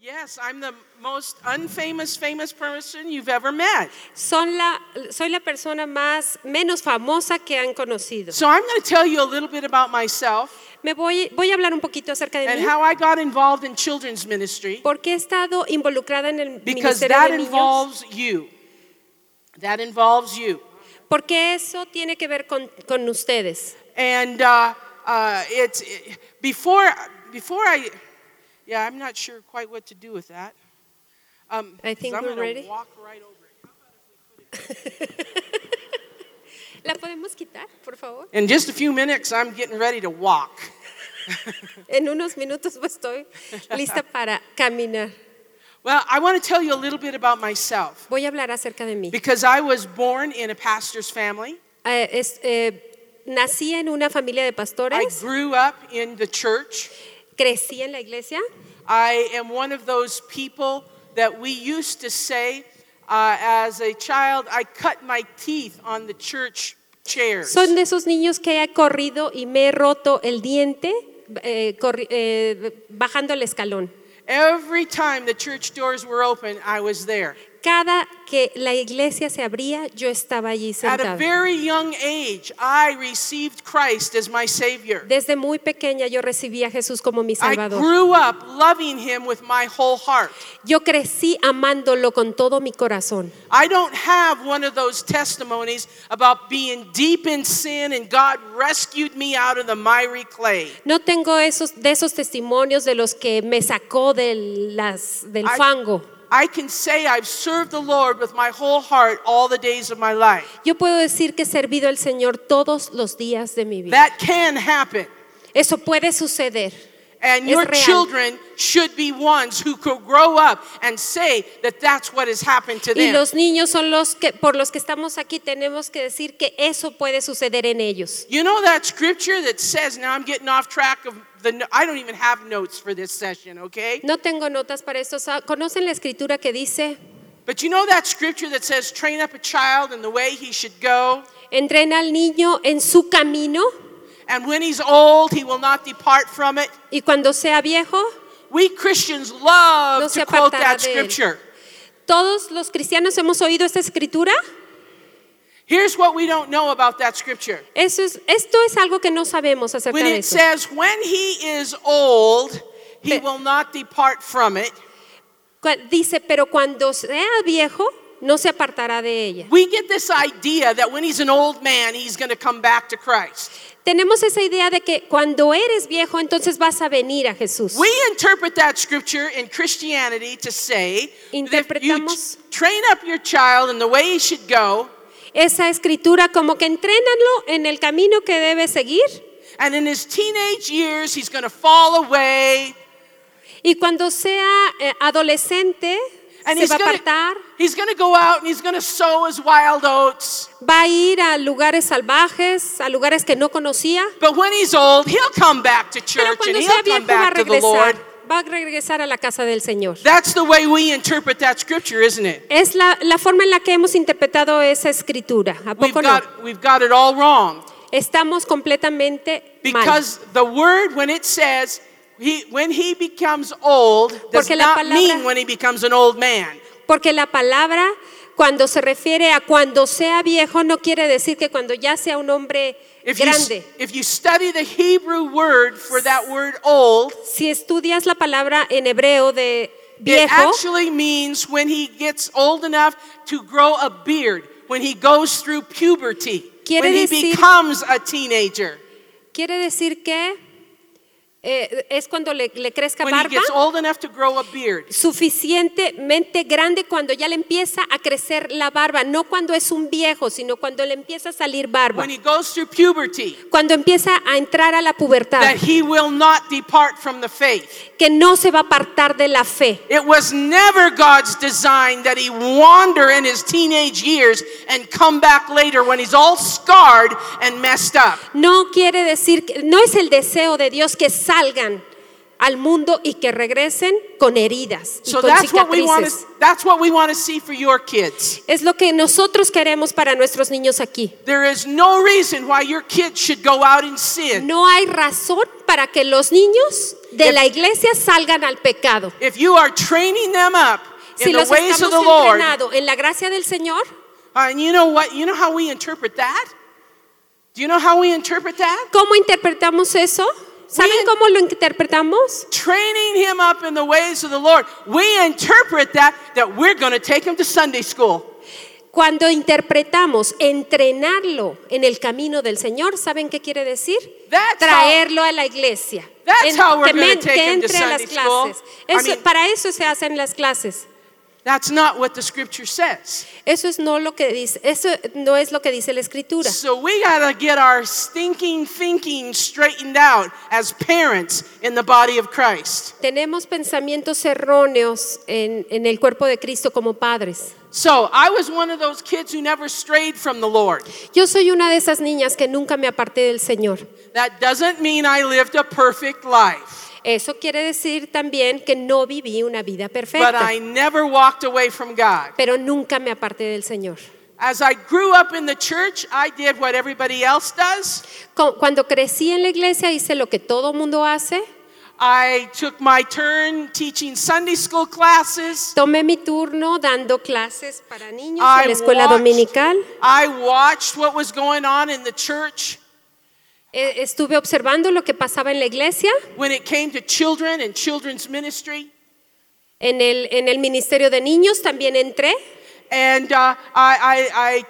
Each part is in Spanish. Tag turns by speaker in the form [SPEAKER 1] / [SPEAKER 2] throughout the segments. [SPEAKER 1] Yes, I'm the most unfamous famous person you've ever met.
[SPEAKER 2] Son la, soy la persona más menos famosa que han conocido.
[SPEAKER 1] So I'm going to tell you a little bit about myself
[SPEAKER 2] Me voy, voy a hablar un poquito acerca de
[SPEAKER 1] and
[SPEAKER 2] mí.
[SPEAKER 1] how I got involved in children's ministry
[SPEAKER 2] Porque he estado involucrada en el
[SPEAKER 1] because
[SPEAKER 2] ministerio
[SPEAKER 1] that
[SPEAKER 2] de niños.
[SPEAKER 1] involves you. That involves you.
[SPEAKER 2] Porque eso tiene que ver con, con ustedes.
[SPEAKER 1] And uh, uh, it's it- before before I, yeah, I'm not sure quite what to do with that. Um,
[SPEAKER 2] I
[SPEAKER 1] 'cause
[SPEAKER 2] think
[SPEAKER 1] I'm
[SPEAKER 2] we're
[SPEAKER 1] gonna
[SPEAKER 2] ready.
[SPEAKER 1] Walk right over it.
[SPEAKER 2] ¿La podemos quitar, por favor?
[SPEAKER 1] In just a few minutes, I'm getting ready to walk.
[SPEAKER 2] En unos minutos pues estoy lista para caminar.
[SPEAKER 1] Well, I want to tell you a little bit about myself
[SPEAKER 2] Voy a hablar acerca de mí.
[SPEAKER 1] because I was born in a pastor's family.
[SPEAKER 2] Eh, es- eh, nací en una familia de
[SPEAKER 1] I
[SPEAKER 2] pastores,
[SPEAKER 1] grew up in the church.
[SPEAKER 2] crecí en la iglesia.
[SPEAKER 1] I am one of those people that we used to say uh, as a child, I cut my teeth on the church chairs.
[SPEAKER 2] Son de esos niños que he corrido y me he roto el diente eh, corri- eh, bajando el escalón.
[SPEAKER 1] Every time the church doors were open, I was there.
[SPEAKER 2] Cada que la iglesia se abría, yo estaba allí
[SPEAKER 1] At a
[SPEAKER 2] sentada.
[SPEAKER 1] very young age, I received Christ as my Savior.
[SPEAKER 2] Desde muy pequeña yo recibí a Jesús como mi
[SPEAKER 1] I
[SPEAKER 2] Salvador.
[SPEAKER 1] grew up loving Him with my whole heart.
[SPEAKER 2] Yo crecí amándolo con todo mi corazón.
[SPEAKER 1] I don't have one of those testimonies about being deep in sin and God rescued me out of the miry clay.
[SPEAKER 2] No tengo esos, de esos testimonios de los que me sacó de las, del
[SPEAKER 1] I-
[SPEAKER 2] fango.
[SPEAKER 1] I can say I've served the Lord with my whole heart all the days of my life.
[SPEAKER 2] Yo puedo decir que he servido al Señor todos los días de mi vida.
[SPEAKER 1] That can happen.
[SPEAKER 2] Eso puede suceder.
[SPEAKER 1] And
[SPEAKER 2] Es
[SPEAKER 1] your
[SPEAKER 2] real.
[SPEAKER 1] children should be ones who could grow up and say that that's what has happened to
[SPEAKER 2] Y
[SPEAKER 1] them.
[SPEAKER 2] los niños son los que por los que estamos aquí tenemos que decir que eso puede suceder en ellos.
[SPEAKER 1] you know that scripture that says, now I'm getting off track of the, no- I don't even have notes for this session, okay?
[SPEAKER 2] No tengo notas para esto. Sa- ¿Conocen la escritura que dice,
[SPEAKER 1] But you know that scripture that says, train up a child in the way he should go,
[SPEAKER 2] entrena al niño en su camino
[SPEAKER 1] and when he's old, he will not depart from it?
[SPEAKER 2] y cuando sea viejo?
[SPEAKER 1] We Christians love
[SPEAKER 2] No
[SPEAKER 1] to
[SPEAKER 2] se
[SPEAKER 1] quote
[SPEAKER 2] apartará
[SPEAKER 1] that
[SPEAKER 2] de él.
[SPEAKER 1] scripture.
[SPEAKER 2] ¿Todos los cristianos hemos oído esta escritura?
[SPEAKER 1] Here's what we don't know about that scripture.
[SPEAKER 2] Eso es, esto es algo que no sabemos acerca
[SPEAKER 1] When
[SPEAKER 2] de
[SPEAKER 1] it
[SPEAKER 2] eso.
[SPEAKER 1] says, when he is old, he
[SPEAKER 2] Pe-
[SPEAKER 1] will not depart from it,
[SPEAKER 2] Cu- Dice, pero cuando sea viejo, no se apartará de ella.
[SPEAKER 1] we get this idea that when he's an old man, he's going to come back to Christ.
[SPEAKER 2] Tenemos esa idea de que cuando eres viejo, entonces vas a venir a Jesús.
[SPEAKER 1] We interpret that scripture in Christianity to say that if you
[SPEAKER 2] Interpretamos-
[SPEAKER 1] ch- train up your child in the way he should go,
[SPEAKER 2] Esa escritura como que entrénalo en el camino que debe seguir
[SPEAKER 1] and in his teenage years, he's going to fall away.
[SPEAKER 2] y cuando sea eh, adolescente
[SPEAKER 1] And
[SPEAKER 2] se
[SPEAKER 1] he's
[SPEAKER 2] va a
[SPEAKER 1] gonna-
[SPEAKER 2] apartar,
[SPEAKER 1] he's going to go out and he's going to sow his wild oats.
[SPEAKER 2] va a ir a lugares salvajes, a lugares que no conocía,
[SPEAKER 1] But when he's old, he'll come back to church
[SPEAKER 2] pero
[SPEAKER 1] and
[SPEAKER 2] cuando
[SPEAKER 1] he'll
[SPEAKER 2] sea
[SPEAKER 1] come
[SPEAKER 2] viejo va a
[SPEAKER 1] back to the Lord.
[SPEAKER 2] regresar, va a regresar a la casa del Señor.
[SPEAKER 1] That's the way we interpret that scripture, isn't it?
[SPEAKER 2] Es la, la forma en la que hemos interpretado esa escritura. ¿A
[SPEAKER 1] We've
[SPEAKER 2] poco no?
[SPEAKER 1] got, we've got it all wrong.
[SPEAKER 2] Estamos completamente mal.
[SPEAKER 1] Because the word, when it says, he, when he becomes old, does
[SPEAKER 2] Porque la
[SPEAKER 1] not
[SPEAKER 2] palabra-
[SPEAKER 1] mean when he becomes an old man.
[SPEAKER 2] Porque la palabra, cuando se refiere a cuando sea viejo, no quiere decir que cuando ya sea un hombre
[SPEAKER 1] If you, s-
[SPEAKER 2] grande.
[SPEAKER 1] if you study the Hebrew word for that word old,
[SPEAKER 2] Si estudias la palabra en hebreo de
[SPEAKER 1] it Eh,
[SPEAKER 2] viejo,
[SPEAKER 1] actually means when he gets old enough to grow a beard, when he goes through puberty,
[SPEAKER 2] Quiere
[SPEAKER 1] when he
[SPEAKER 2] decir-
[SPEAKER 1] becomes a teenager.
[SPEAKER 2] quiere decir que eh, es cuando le, le crezca
[SPEAKER 1] When he
[SPEAKER 2] barba
[SPEAKER 1] gets old enough to grow a beard.
[SPEAKER 2] suficientemente grande cuando ya le empieza a crecer la barba, no cuando es un viejo, sino cuando le empieza a salir barba,
[SPEAKER 1] When he goes through puberty,
[SPEAKER 2] cuando empieza a entrar a la pubertad,
[SPEAKER 1] that he will not depart from the faith.
[SPEAKER 2] que no se va a apartar de la fe.
[SPEAKER 1] It was never God's design that he wander in his teenage years and come back later when he's all scarred and messed up.
[SPEAKER 2] No quiere decir, que- no es el deseo de Dios que salgan al mundo y que regresen con heridas y
[SPEAKER 1] So
[SPEAKER 2] con
[SPEAKER 1] that's what we want
[SPEAKER 2] cicatrices.
[SPEAKER 1] to that's what we want to see for your kids.
[SPEAKER 2] Es lo que nosotros queremos para nuestros niños aquí.
[SPEAKER 1] There is no reason why your kids should go out in sin.
[SPEAKER 2] No hay razón para que los niños de la iglesia salgan al pecado.
[SPEAKER 1] If you are training them up in
[SPEAKER 2] Si
[SPEAKER 1] the
[SPEAKER 2] los
[SPEAKER 1] ways of
[SPEAKER 2] estamos
[SPEAKER 1] the Lord,
[SPEAKER 2] entrenando en la gracia del Señor,
[SPEAKER 1] uh, and you know what? You know how we interpret that? Do you know how we interpret that?
[SPEAKER 2] ¿cómo interpretamos eso? ¿Saben
[SPEAKER 1] We-
[SPEAKER 2] cómo lo interpretamos?
[SPEAKER 1] Training him up in the ways of the Lord. We interpret that that we're going to take him to Sunday school.
[SPEAKER 2] Cuando interpretamos entrenarlo en el camino del Señor, ¿saben qué quiere decir?
[SPEAKER 1] That's
[SPEAKER 2] Traerlo a la iglesia.
[SPEAKER 1] That's how we're
[SPEAKER 2] que,
[SPEAKER 1] gonna
[SPEAKER 2] men-
[SPEAKER 1] take
[SPEAKER 2] que
[SPEAKER 1] him to
[SPEAKER 2] entre a las
[SPEAKER 1] Sunday school.
[SPEAKER 2] clases.
[SPEAKER 1] I
[SPEAKER 2] Eso-
[SPEAKER 1] mean-
[SPEAKER 2] para eso se hacen las clases.
[SPEAKER 1] That's not what the scripture says.
[SPEAKER 2] Eso es no lo que dice, eso no es lo que dice la escritura.
[SPEAKER 1] So we got to get our stinking thinking straightened out as parents in the body of Christ.
[SPEAKER 2] Tenemos pensamientos erróneos en, en el cuerpo de Cristo como padres.
[SPEAKER 1] So I was one of those kids who never strayed from the Lord.
[SPEAKER 2] Yo soy una de esas niñas que nunca me aparté del Señor.
[SPEAKER 1] That doesn't mean I lived a perfect life,
[SPEAKER 2] Eso quiere decir también que no viví una vida
[SPEAKER 1] but
[SPEAKER 2] perfecta,
[SPEAKER 1] I never walked away from God.
[SPEAKER 2] pero nunca me aparté del Señor.
[SPEAKER 1] As I grew up in the church, I did what everybody else does.
[SPEAKER 2] Co- Cuando crecí en la iglesia hice lo que todo mundo hace.
[SPEAKER 1] I took my turn teaching Sunday school classes.
[SPEAKER 2] Tomé mi turno dando clases para niños
[SPEAKER 1] I
[SPEAKER 2] en la escuela
[SPEAKER 1] watched-
[SPEAKER 2] dominical.
[SPEAKER 1] I watched what was going on in the church.
[SPEAKER 2] Eh, Estuve observando lo que pasaba en la iglesia,
[SPEAKER 1] when it came to children and children's ministry.
[SPEAKER 2] en el, en el ministerio de niños también entré.
[SPEAKER 1] And uh, I, I, I,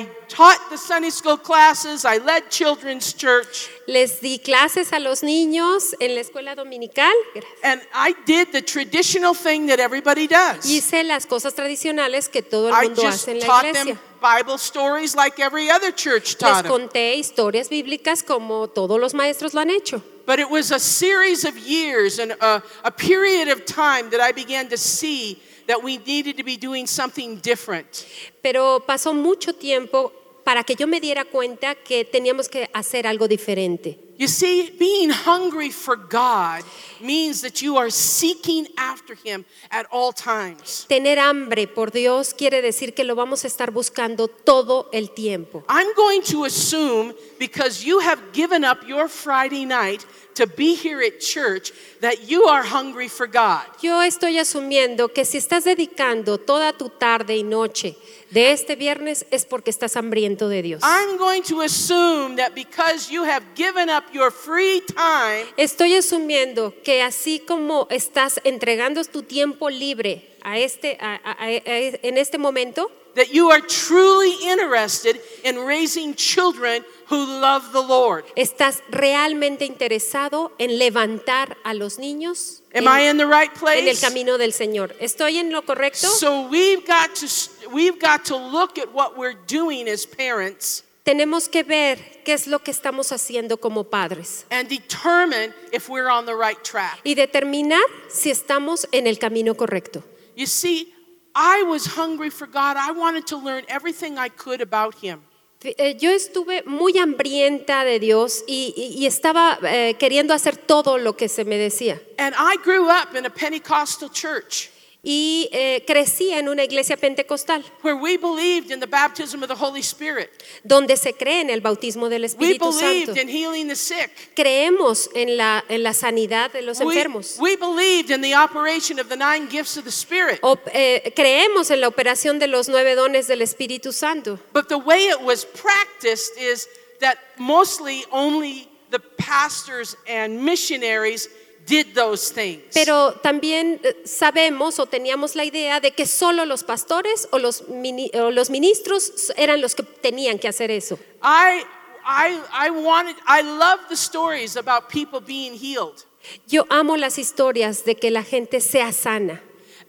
[SPEAKER 1] I taught the Sunday school classes, I led children's church,
[SPEAKER 2] Les di clases a los niños en la escuela dominical. Gracias.
[SPEAKER 1] and I did the traditional thing that everybody does.
[SPEAKER 2] Hice las cosas tradicionales que todo el
[SPEAKER 1] I
[SPEAKER 2] mundo
[SPEAKER 1] just
[SPEAKER 2] hace en la
[SPEAKER 1] taught them
[SPEAKER 2] iglesia.
[SPEAKER 1] Bible stories like every other church
[SPEAKER 2] Les
[SPEAKER 1] taught them.
[SPEAKER 2] conté historias bíblicas como todos los maestros lo han hecho.
[SPEAKER 1] But it was a series of years and a, a period of time that I began to see that we needed to be doing something different.
[SPEAKER 2] Pero pasó mucho tiempo para que yo me diera cuenta que teníamos que hacer algo diferente.
[SPEAKER 1] You see, being hungry for God means that you are seeking after Him at all times.
[SPEAKER 2] Tener hambre por Dios quiere decir que lo vamos a estar buscando todo el tiempo.
[SPEAKER 1] I'm going to assume because you have given up your Friday night to be here at church that you are hungry for God.
[SPEAKER 2] Yo estoy asumiendo que si estás dedicando toda tu tarde y noche de este viernes es porque estás hambriento de Dios.
[SPEAKER 1] I'm going to assume that because you have given up your free time
[SPEAKER 2] Estoy asumiendo que así como estás entregando tu tiempo libre a este, a- a- a- a- en este momento,
[SPEAKER 1] that you are truly interested in raising children who love the Lord.
[SPEAKER 2] ¿Estás realmente interesado en levantar a los niños
[SPEAKER 1] Am
[SPEAKER 2] en,
[SPEAKER 1] I in the right place?
[SPEAKER 2] en el camino del Señor? ¿Estoy en lo correcto?
[SPEAKER 1] So we've got to we've got to look at what we're doing as parents
[SPEAKER 2] Tenemos que ver qué es lo que estamos haciendo como padres
[SPEAKER 1] and determine if we're on the right track.
[SPEAKER 2] y determinar si estamos en el camino correcto.
[SPEAKER 1] You see, I was hungry for God. I wanted to learn everything I could about him.
[SPEAKER 2] Eh, Yo estuve muy hambrienta de Dios y, y- y estaba eh, queriendo hacer todo lo que se me decía.
[SPEAKER 1] And I grew up in a Pentecostal church
[SPEAKER 2] Y eh, crecí en una iglesia pentecostal
[SPEAKER 1] where we believed in the baptism of the Holy Spirit.
[SPEAKER 2] donde se cree en el bautismo del
[SPEAKER 1] We
[SPEAKER 2] Espíritu Santo.
[SPEAKER 1] believed in healing the sick.
[SPEAKER 2] creemos en la, en la sanidad de los
[SPEAKER 1] We,
[SPEAKER 2] enfermos.
[SPEAKER 1] we believed in the operation of the nine gifts of the Spirit.
[SPEAKER 2] O, eh, creemos en la operación de los nueve dones del Espíritu Santo.
[SPEAKER 1] But the way it was practiced is that mostly only the pastors and missionaries did those things.
[SPEAKER 2] Pero también eh, sabemos o teníamos la idea de que solo los pastores o los, mini- o los ministros eran los que tenían que hacer eso.
[SPEAKER 1] I, I, I wanted, I love the stories about people being healed.
[SPEAKER 2] Yo amo las historias de que la gente sea sana,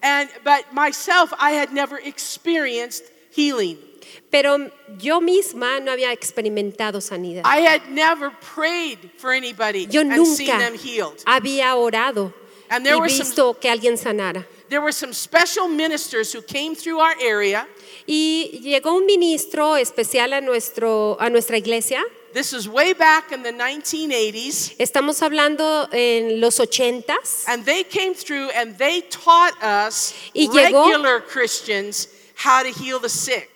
[SPEAKER 1] And, but myself, I had never experienced healing.
[SPEAKER 2] pero yo misma no había experimentado sanidad.
[SPEAKER 1] I had never prayed for anybody
[SPEAKER 2] Yo
[SPEAKER 1] and seen
[SPEAKER 2] nunca
[SPEAKER 1] them healed.
[SPEAKER 2] había orado
[SPEAKER 1] And there
[SPEAKER 2] y
[SPEAKER 1] were some-
[SPEAKER 2] visto que alguien sanara.
[SPEAKER 1] There were some special ministers who came through our area.
[SPEAKER 2] Y llegó un ministro especial a, nuestro, a nuestra iglesia.
[SPEAKER 1] This is way back in the 1980s.
[SPEAKER 2] Estamos hablando en los ochentas.
[SPEAKER 1] And they came through and they taught us
[SPEAKER 2] Y llegó-
[SPEAKER 1] regular Christians how to heal the sick.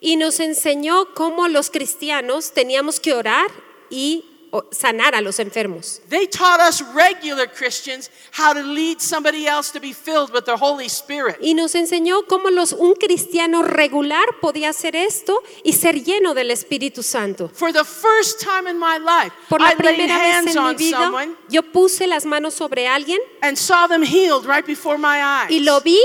[SPEAKER 2] Y nos enseñó cómo los cristianos teníamos que orar y o sanar a los enfermos.
[SPEAKER 1] They taught us regular Christians how to lead somebody else to be filled with the Holy Spirit.
[SPEAKER 2] Y nos enseñó cómo los, un cristiano regular podía hacer esto y ser lleno del Espíritu Santo.
[SPEAKER 1] For the first time in my life,
[SPEAKER 2] Por
[SPEAKER 1] I
[SPEAKER 2] la
[SPEAKER 1] laid
[SPEAKER 2] primera
[SPEAKER 1] hands
[SPEAKER 2] vez en mi
[SPEAKER 1] on
[SPEAKER 2] vida,
[SPEAKER 1] someone
[SPEAKER 2] yo puse las manos sobre alguien
[SPEAKER 1] and saw them healed right before my eyes.
[SPEAKER 2] y lo vi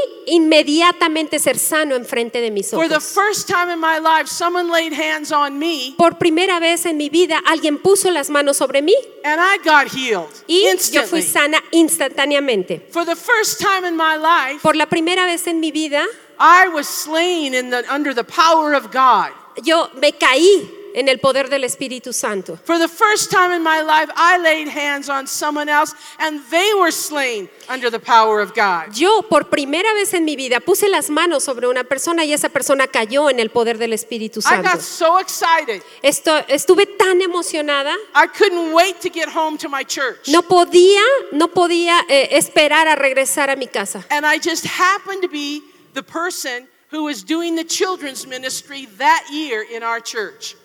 [SPEAKER 2] inmediatamente ser sano enfrente de mis
[SPEAKER 1] For the
[SPEAKER 2] ojos.
[SPEAKER 1] first time in my life, someone laid hands on me
[SPEAKER 2] Por primera vez en mi vida alguien puso las manos sobre mí
[SPEAKER 1] and I got healed
[SPEAKER 2] y yo
[SPEAKER 1] instantly.
[SPEAKER 2] fui sana instantáneamente.
[SPEAKER 1] For the first time in my life,
[SPEAKER 2] Por la primera vez en mi vida
[SPEAKER 1] I was slain in the, under the power of God.
[SPEAKER 2] yo me caí en el poder del Espíritu Santo.
[SPEAKER 1] For the first time in my life, I laid hands on someone else and they were slain under the power of God.
[SPEAKER 2] Yo por primera vez en mi vida puse las manos sobre una persona y esa persona cayó en el poder del Espíritu
[SPEAKER 1] I got
[SPEAKER 2] Santo.
[SPEAKER 1] so excited.
[SPEAKER 2] Esto, estuve tan emocionada,
[SPEAKER 1] I couldn't wait to get home to my church.
[SPEAKER 2] no podía, no podía eh, esperar a regresar a mi casa.
[SPEAKER 1] And I just happened to be the person who was doing the children's ministry that year in our church.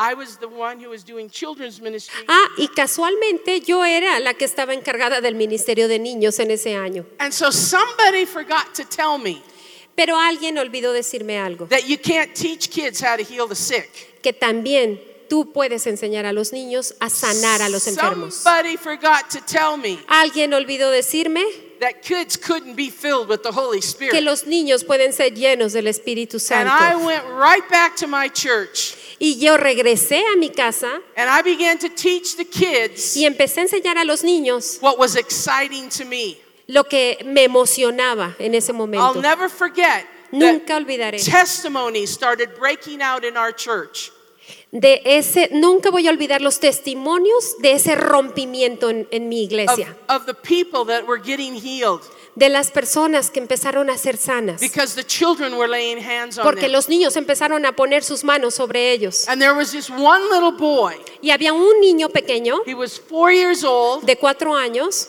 [SPEAKER 1] I was the one who was doing children's ministry.
[SPEAKER 2] Ah, y casualmente yo era la que estaba encargada del ministerio de niños en ese año.
[SPEAKER 1] And so somebody forgot to tell me
[SPEAKER 2] Pero alguien olvidó decirme algo,
[SPEAKER 1] that you can't teach kids how to heal the sick.
[SPEAKER 2] que también tú puedes enseñar a los niños a sanar a los enfermos.
[SPEAKER 1] Somebody forgot to tell me
[SPEAKER 2] Alguien olvidó decirme
[SPEAKER 1] that kids couldn't be filled with the Holy
[SPEAKER 2] que
[SPEAKER 1] Spirit.
[SPEAKER 2] los niños pueden ser llenos del Espíritu
[SPEAKER 1] And I
[SPEAKER 2] Santo.
[SPEAKER 1] went right back to my church
[SPEAKER 2] Y yo regresé a mi casa
[SPEAKER 1] and I began to teach the kids
[SPEAKER 2] y empecé a enseñar a los niños
[SPEAKER 1] what was exciting to me.
[SPEAKER 2] lo que me emocionaba en ese
[SPEAKER 1] I'll
[SPEAKER 2] momento.
[SPEAKER 1] never forget
[SPEAKER 2] Nunca
[SPEAKER 1] that
[SPEAKER 2] olvidaré
[SPEAKER 1] testimonies started breaking out in our church.
[SPEAKER 2] de ese, nunca voy a olvidar los testimonios de ese rompimiento en, en mi
[SPEAKER 1] Of,
[SPEAKER 2] iglesia,
[SPEAKER 1] of the people that were getting healed
[SPEAKER 2] de las personas que empezaron a ser sanas,
[SPEAKER 1] because the children were laying hands on
[SPEAKER 2] porque
[SPEAKER 1] them.
[SPEAKER 2] los niños empezaron a poner sus manos sobre ellos.
[SPEAKER 1] And there was this one little boy.
[SPEAKER 2] Y había un niño pequeño
[SPEAKER 1] He was four years old,
[SPEAKER 2] de cuatro años,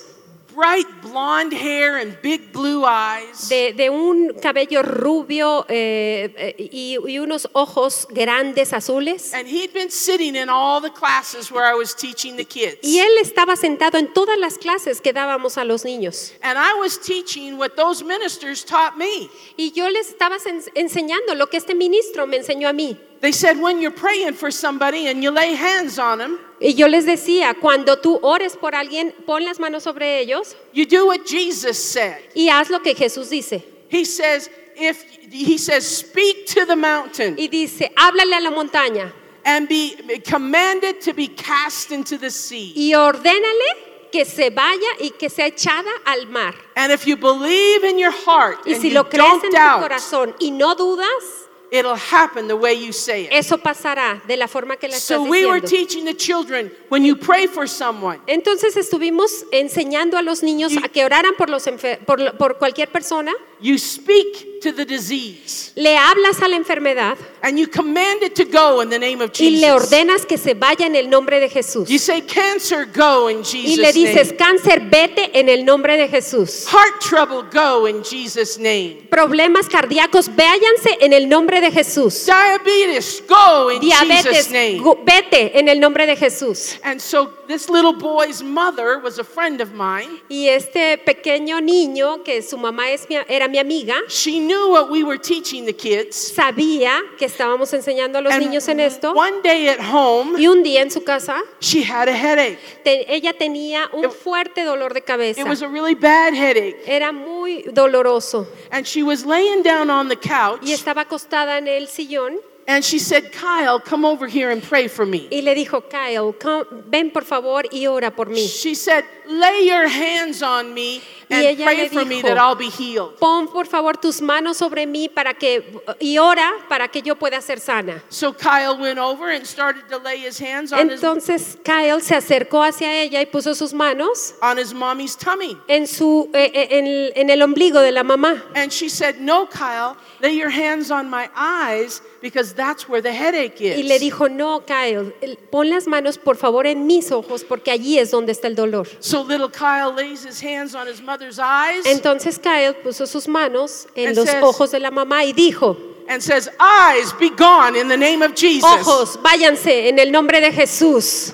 [SPEAKER 1] bright blonde hair and big blue eyes.
[SPEAKER 2] de, de un cabello rubio eh, eh, y, y unos ojos grandes azules.
[SPEAKER 1] And he'd been sitting in all the classes where I was teaching the kids.
[SPEAKER 2] Y él estaba sentado en todas las clases que dábamos a los niños.
[SPEAKER 1] And I was teaching what those ministers taught me.
[SPEAKER 2] Y yo les estaba ens- enseñando lo que este ministro me enseñó a mí.
[SPEAKER 1] They said, when you're praying for somebody and you lay hands on them,
[SPEAKER 2] Y yo les decía, cuando tú ores por alguien, pon las manos sobre ellos
[SPEAKER 1] you do what Jesus said.
[SPEAKER 2] y haz lo que Jesús dice.
[SPEAKER 1] He says, if he says, speak to the mountain
[SPEAKER 2] Y dice, háblale a la montaña
[SPEAKER 1] and be commanded to be cast into the sea.
[SPEAKER 2] y ordénale que se vaya y que sea echada al mar.
[SPEAKER 1] And if you believe in your heart
[SPEAKER 2] Y
[SPEAKER 1] and
[SPEAKER 2] si
[SPEAKER 1] you
[SPEAKER 2] lo crees
[SPEAKER 1] don't
[SPEAKER 2] en tu
[SPEAKER 1] doubt,
[SPEAKER 2] corazón y no dudas,
[SPEAKER 1] it'll happen the way you say it.
[SPEAKER 2] eso pasará de la forma que la estás
[SPEAKER 1] So we were
[SPEAKER 2] diciendo.
[SPEAKER 1] teaching the children when you pray for someone,
[SPEAKER 2] Entonces estuvimos enseñando a los niños
[SPEAKER 1] You-
[SPEAKER 2] a que oraran por, los enfer- por, lo- por cualquier persona,
[SPEAKER 1] you speak to the disease
[SPEAKER 2] le hablas a la enfermedad
[SPEAKER 1] and you command it to go in the name of
[SPEAKER 2] y le
[SPEAKER 1] Jesus.
[SPEAKER 2] ordenas que se vaya en el nombre de Jesús.
[SPEAKER 1] You say, Cancer, go in
[SPEAKER 2] Y le
[SPEAKER 1] Jesus'
[SPEAKER 2] dices,
[SPEAKER 1] name.
[SPEAKER 2] cáncer, vete en el nombre de Jesús.
[SPEAKER 1] Heart trouble, go in Jesus' name.
[SPEAKER 2] Problemas cardíacos, váyanse en el nombre de Jesús.
[SPEAKER 1] Diabetes, go in
[SPEAKER 2] Diabetes,
[SPEAKER 1] Jesus' name.
[SPEAKER 2] gu- vete en el nombre de Jesús.
[SPEAKER 1] And so this little boy's mother was a friend of mine.
[SPEAKER 2] Y este pequeño niño, que su mamá es mi- era mi amiga,
[SPEAKER 1] She knew what we were teaching the kids.
[SPEAKER 2] sabía que estábamos enseñando a los
[SPEAKER 1] And
[SPEAKER 2] niños en esto.
[SPEAKER 1] One day at home,
[SPEAKER 2] Y un día en su casa,
[SPEAKER 1] she had a headache.
[SPEAKER 2] te- ella tenía un
[SPEAKER 1] It-
[SPEAKER 2] fuerte dolor de cabeza.
[SPEAKER 1] It was a really bad headache.
[SPEAKER 2] Era muy doloroso.
[SPEAKER 1] And she was laying down on the
[SPEAKER 2] Y
[SPEAKER 1] couch
[SPEAKER 2] estaba acostada en el sillón
[SPEAKER 1] and she said, Kyle, come over here and pray for me.
[SPEAKER 2] y le dijo, Kyle, come- ven por favor y ora por mí.
[SPEAKER 1] She said, Lay your hands on me
[SPEAKER 2] Y
[SPEAKER 1] and
[SPEAKER 2] ella
[SPEAKER 1] pray
[SPEAKER 2] le
[SPEAKER 1] for me
[SPEAKER 2] dijo,
[SPEAKER 1] that I'll be healed.
[SPEAKER 2] Pon por favor tus manos sobre mí para que y ora para que yo pueda ser sana.
[SPEAKER 1] So Kyle went over and started to lay his hands on, his,
[SPEAKER 2] Entonces Kyle se acercó hacia ella y puso sus manos
[SPEAKER 1] on his mommy's tummy.
[SPEAKER 2] en su eh, eh, en, el- en el ombligo de la mamá.
[SPEAKER 1] And she said, No, Kyle, lay your hands on my eyes because that's where the headache is.
[SPEAKER 2] Y le dijo, "No, Kyle, el- pon las manos por favor en mis ojos porque allí es donde está el dolor."
[SPEAKER 1] So little Kyle lays his hands on his mother's eyes
[SPEAKER 2] Entonces Kyle puso sus manos en
[SPEAKER 1] And
[SPEAKER 2] los
[SPEAKER 1] says-
[SPEAKER 2] ojos de la mamá y dijo,
[SPEAKER 1] and says, Eyes, be gone in the name of Jesus.
[SPEAKER 2] Ojos, váyanse en el nombre de Jesús.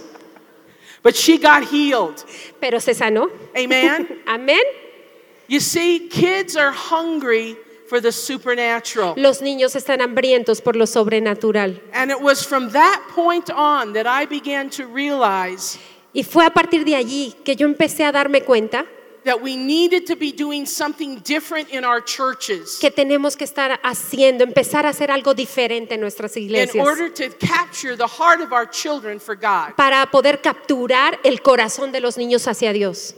[SPEAKER 1] But she got healed.
[SPEAKER 2] Pero se sanó.
[SPEAKER 1] Amen.
[SPEAKER 2] Amén.
[SPEAKER 1] You see, kids are hungry for the supernatural.
[SPEAKER 2] Los niños están hambrientos por lo sobrenatural.
[SPEAKER 1] And it was from that point on that I began to realize
[SPEAKER 2] Y fue a partir de allí que yo empecé a darme cuenta
[SPEAKER 1] that we needed to be doing something different in our churches
[SPEAKER 2] que tenemos que estar haciendo, empezar a hacer algo diferente en nuestras
[SPEAKER 1] in
[SPEAKER 2] iglesias
[SPEAKER 1] order to capture the heart of our children for God.
[SPEAKER 2] para poder capturar el corazón de los niños hacia Dios.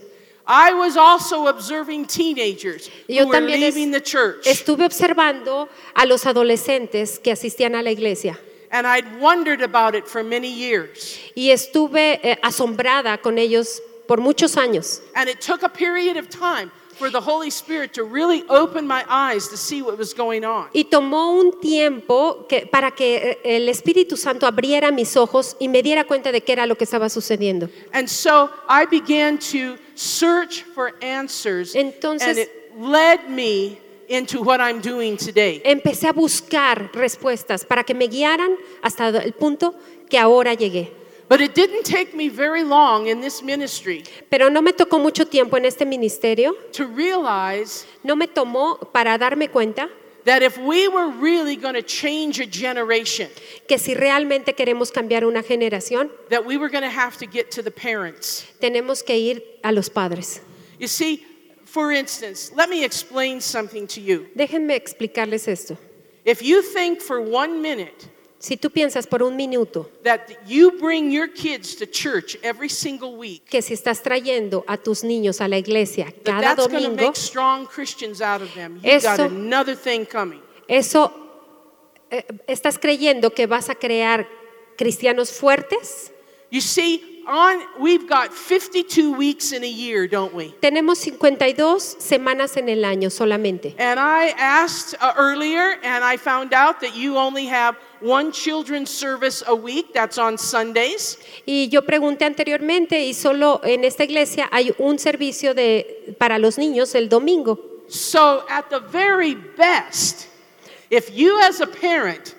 [SPEAKER 1] I was also observing teenagers
[SPEAKER 2] Yo
[SPEAKER 1] who were
[SPEAKER 2] también es-
[SPEAKER 1] leaving the church.
[SPEAKER 2] Estuve observando a los adolescentes que asistían a la iglesia
[SPEAKER 1] And I'd wondered about it for many years.
[SPEAKER 2] y estuve eh, asombrada con ellos por muchos años.
[SPEAKER 1] And it took a period of time for the Holy Spirit to really open my eyes to see what was going on.
[SPEAKER 2] Y tomó un tiempo que- para que eh, el Espíritu Santo abriera mis ojos y me diera cuenta de qué era lo que estaba sucediendo.
[SPEAKER 1] And so I began to search for answers. and
[SPEAKER 2] Entonces-
[SPEAKER 1] it led me into what I'm doing today.
[SPEAKER 2] Empecé a buscar respuestas para que me guiaran hasta el punto que ahora llegué.
[SPEAKER 1] But it didn't take me very long in this ministry
[SPEAKER 2] Pero no me tocó mucho tiempo en este ministerio,
[SPEAKER 1] to realize
[SPEAKER 2] no me tomó para darme cuenta
[SPEAKER 1] that if we were really going to change a generation,
[SPEAKER 2] que si realmente queremos cambiar una generación,
[SPEAKER 1] that we were going to have to get to the parents.
[SPEAKER 2] tenemos que ir a los padres.
[SPEAKER 1] You see, for instance, let me explain something to you.
[SPEAKER 2] Déjenme explicarles esto.
[SPEAKER 1] If you think for one minute
[SPEAKER 2] Si tú piensas por un minuto
[SPEAKER 1] that you bring your kids to church every single week,
[SPEAKER 2] que si estás trayendo a tus niños a la iglesia
[SPEAKER 1] that
[SPEAKER 2] cada
[SPEAKER 1] that's going to
[SPEAKER 2] domingo,
[SPEAKER 1] make strong Christians out of them, you've got
[SPEAKER 2] Eso-
[SPEAKER 1] another thing coming.
[SPEAKER 2] eso eh, estás creyendo que vas a crear cristianos fuertes.
[SPEAKER 1] You see, on we've got 52 weeks in a year, don't we?
[SPEAKER 2] Tenemos 52 semanas en el año solamente.
[SPEAKER 1] And I asked uh, earlier, and I found out that you only have one children's service a week. That's on Sundays.
[SPEAKER 2] Y yo pregunté anteriormente y solo en esta iglesia hay un servicio de, para los niños el domingo.
[SPEAKER 1] So, at the very best, if you as a parent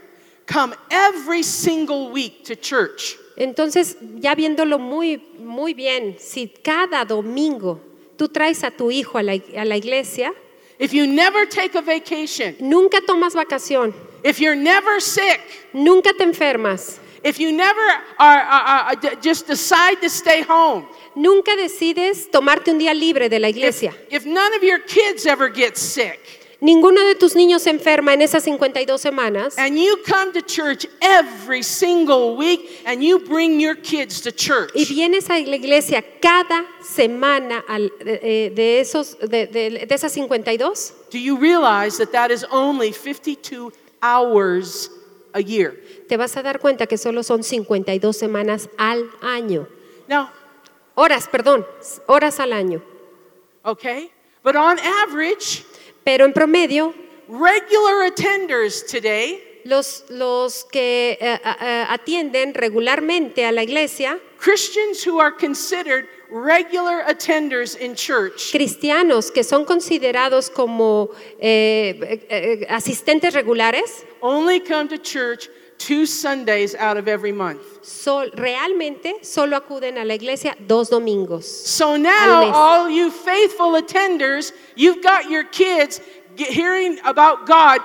[SPEAKER 1] come every single week to church,
[SPEAKER 2] Entonces, ya viéndolo muy, muy bien, si cada domingo tú traes a tu hijo a la, a la iglesia,
[SPEAKER 1] if you never take a vacation,
[SPEAKER 2] nunca tomas vacación,
[SPEAKER 1] if you're never sick,
[SPEAKER 2] nunca te enfermas,
[SPEAKER 1] if you never are, are, are- d- just decide to stay home,
[SPEAKER 2] nunca decides tomarte un día libre de la
[SPEAKER 1] if,
[SPEAKER 2] iglesia,
[SPEAKER 1] if none of your kids ever get sick,
[SPEAKER 2] ninguno de tus niños se enferma en esas 52 semanas,
[SPEAKER 1] and you come to church every single week and you bring your kids to church,
[SPEAKER 2] Y vienes a la iglesia cada semana al- de, eh, de esos, de, de- de esas 52.
[SPEAKER 1] do you realize that that is only 52 hours a year?
[SPEAKER 2] Te vas a dar cuenta que solo son 52 semanas al año.
[SPEAKER 1] Now,
[SPEAKER 2] Horas, perdón, s- horas al año.
[SPEAKER 1] Okay? But on average,
[SPEAKER 2] Pero en promedio,
[SPEAKER 1] regular attenders today,
[SPEAKER 2] los, los que eh, a- a- atienden regularmente a la iglesia,
[SPEAKER 1] Christians who are considered regular attenders in church,
[SPEAKER 2] cristianos que son considerados como eh, eh, eh, asistentes regulares,
[SPEAKER 1] only come to church two Sundays out of every month.
[SPEAKER 2] sol- realmente solo acuden a la iglesia dos domingos.
[SPEAKER 1] So now,
[SPEAKER 2] Al mes.
[SPEAKER 1] all you faithful attenders, you've got your kids ge- hearing about God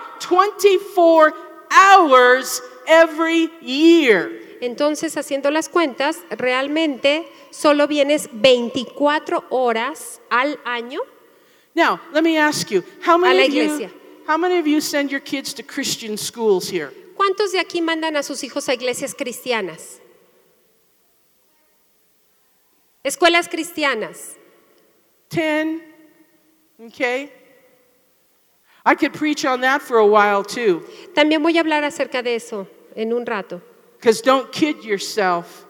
[SPEAKER 1] 24 hours every year.
[SPEAKER 2] Entonces, haciendo las cuentas, realmente solo vienes 24 horas al año.
[SPEAKER 1] Now, let me ask you, how
[SPEAKER 2] A la
[SPEAKER 1] many, of you,
[SPEAKER 2] iglesia.
[SPEAKER 1] how many of you send your kids to Christian schools here?
[SPEAKER 2] ¿Cuántos de aquí mandan a sus hijos a iglesias cristianas? Escuelas cristianas.
[SPEAKER 1] 10. Okay? I could preach on that for a while too,
[SPEAKER 2] También voy a hablar acerca de eso en un rato.
[SPEAKER 1] because don't kid yourself.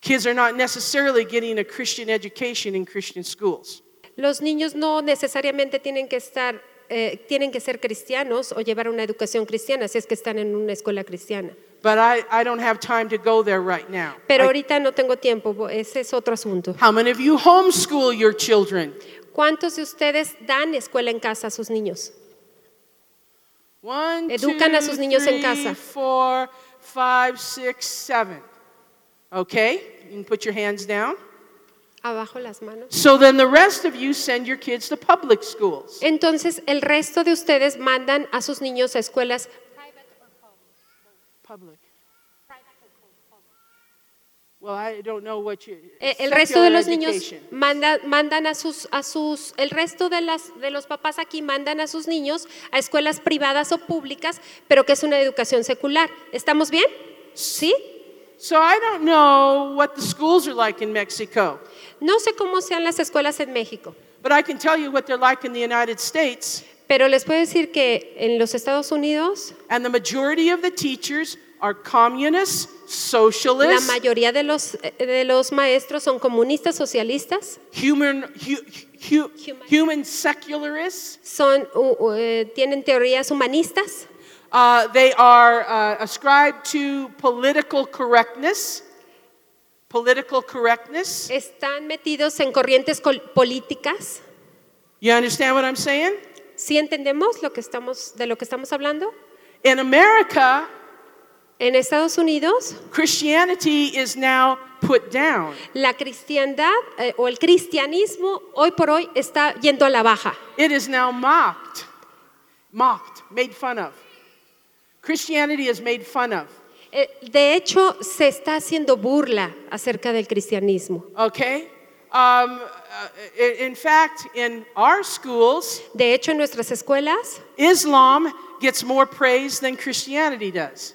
[SPEAKER 1] Kids are not necessarily getting a Christian education in Christian schools.
[SPEAKER 2] Los niños no necesariamente tienen que estar, eh, tienen que ser cristianos o llevar una educación cristiana si es que están en una escuela cristiana.
[SPEAKER 1] But I, I don't have time to go there right now.
[SPEAKER 2] Pero
[SPEAKER 1] I-
[SPEAKER 2] ahorita no tengo tiempo, ese es otro asunto.
[SPEAKER 1] how many of you homeschool your children?
[SPEAKER 2] ¿Cuántos de ustedes dan escuela en casa a sus niños?
[SPEAKER 1] One,
[SPEAKER 2] Educan a
[SPEAKER 1] two,
[SPEAKER 2] sus niños en
[SPEAKER 1] three,
[SPEAKER 2] casa.
[SPEAKER 1] Four, five, six, seven. Okay, you can put your hands down.
[SPEAKER 2] Abajo las manos.
[SPEAKER 1] So then the rest of you send your kids to public schools.
[SPEAKER 2] Entonces el resto de ustedes mandan a sus niños a escuelas
[SPEAKER 1] Public. Well, I don't know what you.
[SPEAKER 2] Eh, El resto de
[SPEAKER 1] secular
[SPEAKER 2] los niños
[SPEAKER 1] education.
[SPEAKER 2] manda- mandan a sus, a sus, el resto de, las, de los papás aquí mandan a sus niños a escuelas privadas o públicas, pero que es una educación secular. ¿Estamos bien? ¿Sí?
[SPEAKER 1] So I don't know what the schools are like in Mexico,
[SPEAKER 2] No sé cómo sean las escuelas en México,
[SPEAKER 1] but I can tell you what they're like in the United States.
[SPEAKER 2] pero les puedo decir que en los Estados Unidos
[SPEAKER 1] And the majority of the teachers are communists,
[SPEAKER 2] la
[SPEAKER 1] socialists,
[SPEAKER 2] mayoría de los, eh, de los maestros son comunistas, socialistas,
[SPEAKER 1] human, hu, hu,
[SPEAKER 2] Human.
[SPEAKER 1] human secularists.
[SPEAKER 2] son, u- u- eh, tienen teorías humanistas,
[SPEAKER 1] Uh, they are uh, ascribed to political correctness. Political correctness.
[SPEAKER 2] están metidos en corrientes col- políticas.
[SPEAKER 1] You understand what I'm saying?
[SPEAKER 2] ¿Sí entendemos lo que estamos, de lo que estamos hablando?
[SPEAKER 1] In America,
[SPEAKER 2] En Estados Unidos,
[SPEAKER 1] Christianity is now put down.
[SPEAKER 2] la cristiandad eh, o el cristianismo hoy por hoy está yendo a la baja.
[SPEAKER 1] It is now mocked, mocked, made fun of. Christianity is made fun of.
[SPEAKER 2] Eh, de hecho, se está haciendo burla acerca del cristianismo.
[SPEAKER 1] Okay? Um, uh, i- in fact, in our schools,
[SPEAKER 2] De hecho, en nuestras escuelas,
[SPEAKER 1] Islam gets more praise than Christianity does.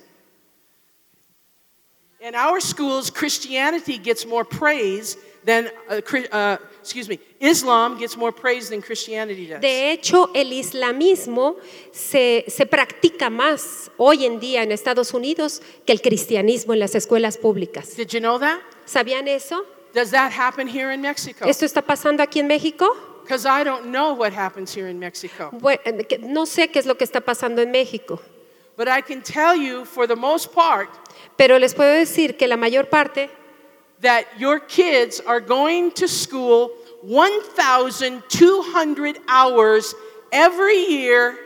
[SPEAKER 1] In our schools, Christianity gets more praise than, uh, Chri- uh, excuse me, Islam gets more praise than Christianity does.
[SPEAKER 2] de hecho, el islamismo se, se practica más hoy en día en Estados Unidos que el cristianismo en las escuelas públicas.
[SPEAKER 1] Did you know that?
[SPEAKER 2] ¿Sabían eso?
[SPEAKER 1] Does that happen here in Mexico?
[SPEAKER 2] ¿Esto está pasando aquí en México?
[SPEAKER 1] Because I don't know what happens here in Mexico.
[SPEAKER 2] Bueno, eh, que- no sé qué es lo que está pasando en México.
[SPEAKER 1] But I can tell you, for the most part,
[SPEAKER 2] Pero les puedo decir que la mayor parte,
[SPEAKER 1] that your kids are going to school 1,200 hours every year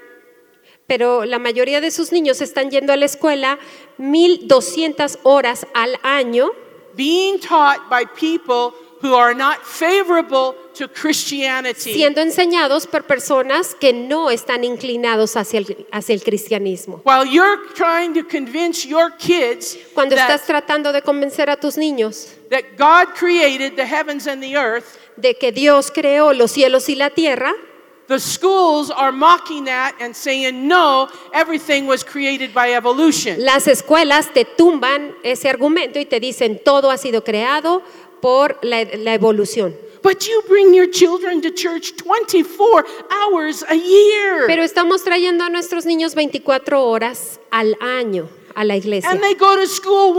[SPEAKER 2] pero la mayoría de sus niños están yendo a la escuela 1200 horas al año
[SPEAKER 1] being taught by people who are not favorable to Christianity.
[SPEAKER 2] siendo enseñados por personas que no están inclinados hacia el, hacia el cristianismo.
[SPEAKER 1] While you're trying to convince your kids
[SPEAKER 2] Cuando estás
[SPEAKER 1] that,
[SPEAKER 2] tratando de convencer a tus niños
[SPEAKER 1] that God created the heavens and the earth,
[SPEAKER 2] de que Dios creó los cielos y la tierra,
[SPEAKER 1] the schools are mocking that and saying, no, everything was created by evolution.
[SPEAKER 2] las escuelas te tumban ese argumento y te dicen todo ha sido creado por la- la evolución.
[SPEAKER 1] But you bring your children to church 24 hours a year.
[SPEAKER 2] Pero estamos trayendo a nuestros niños 24 horas al año a la iglesia.
[SPEAKER 1] And they go to school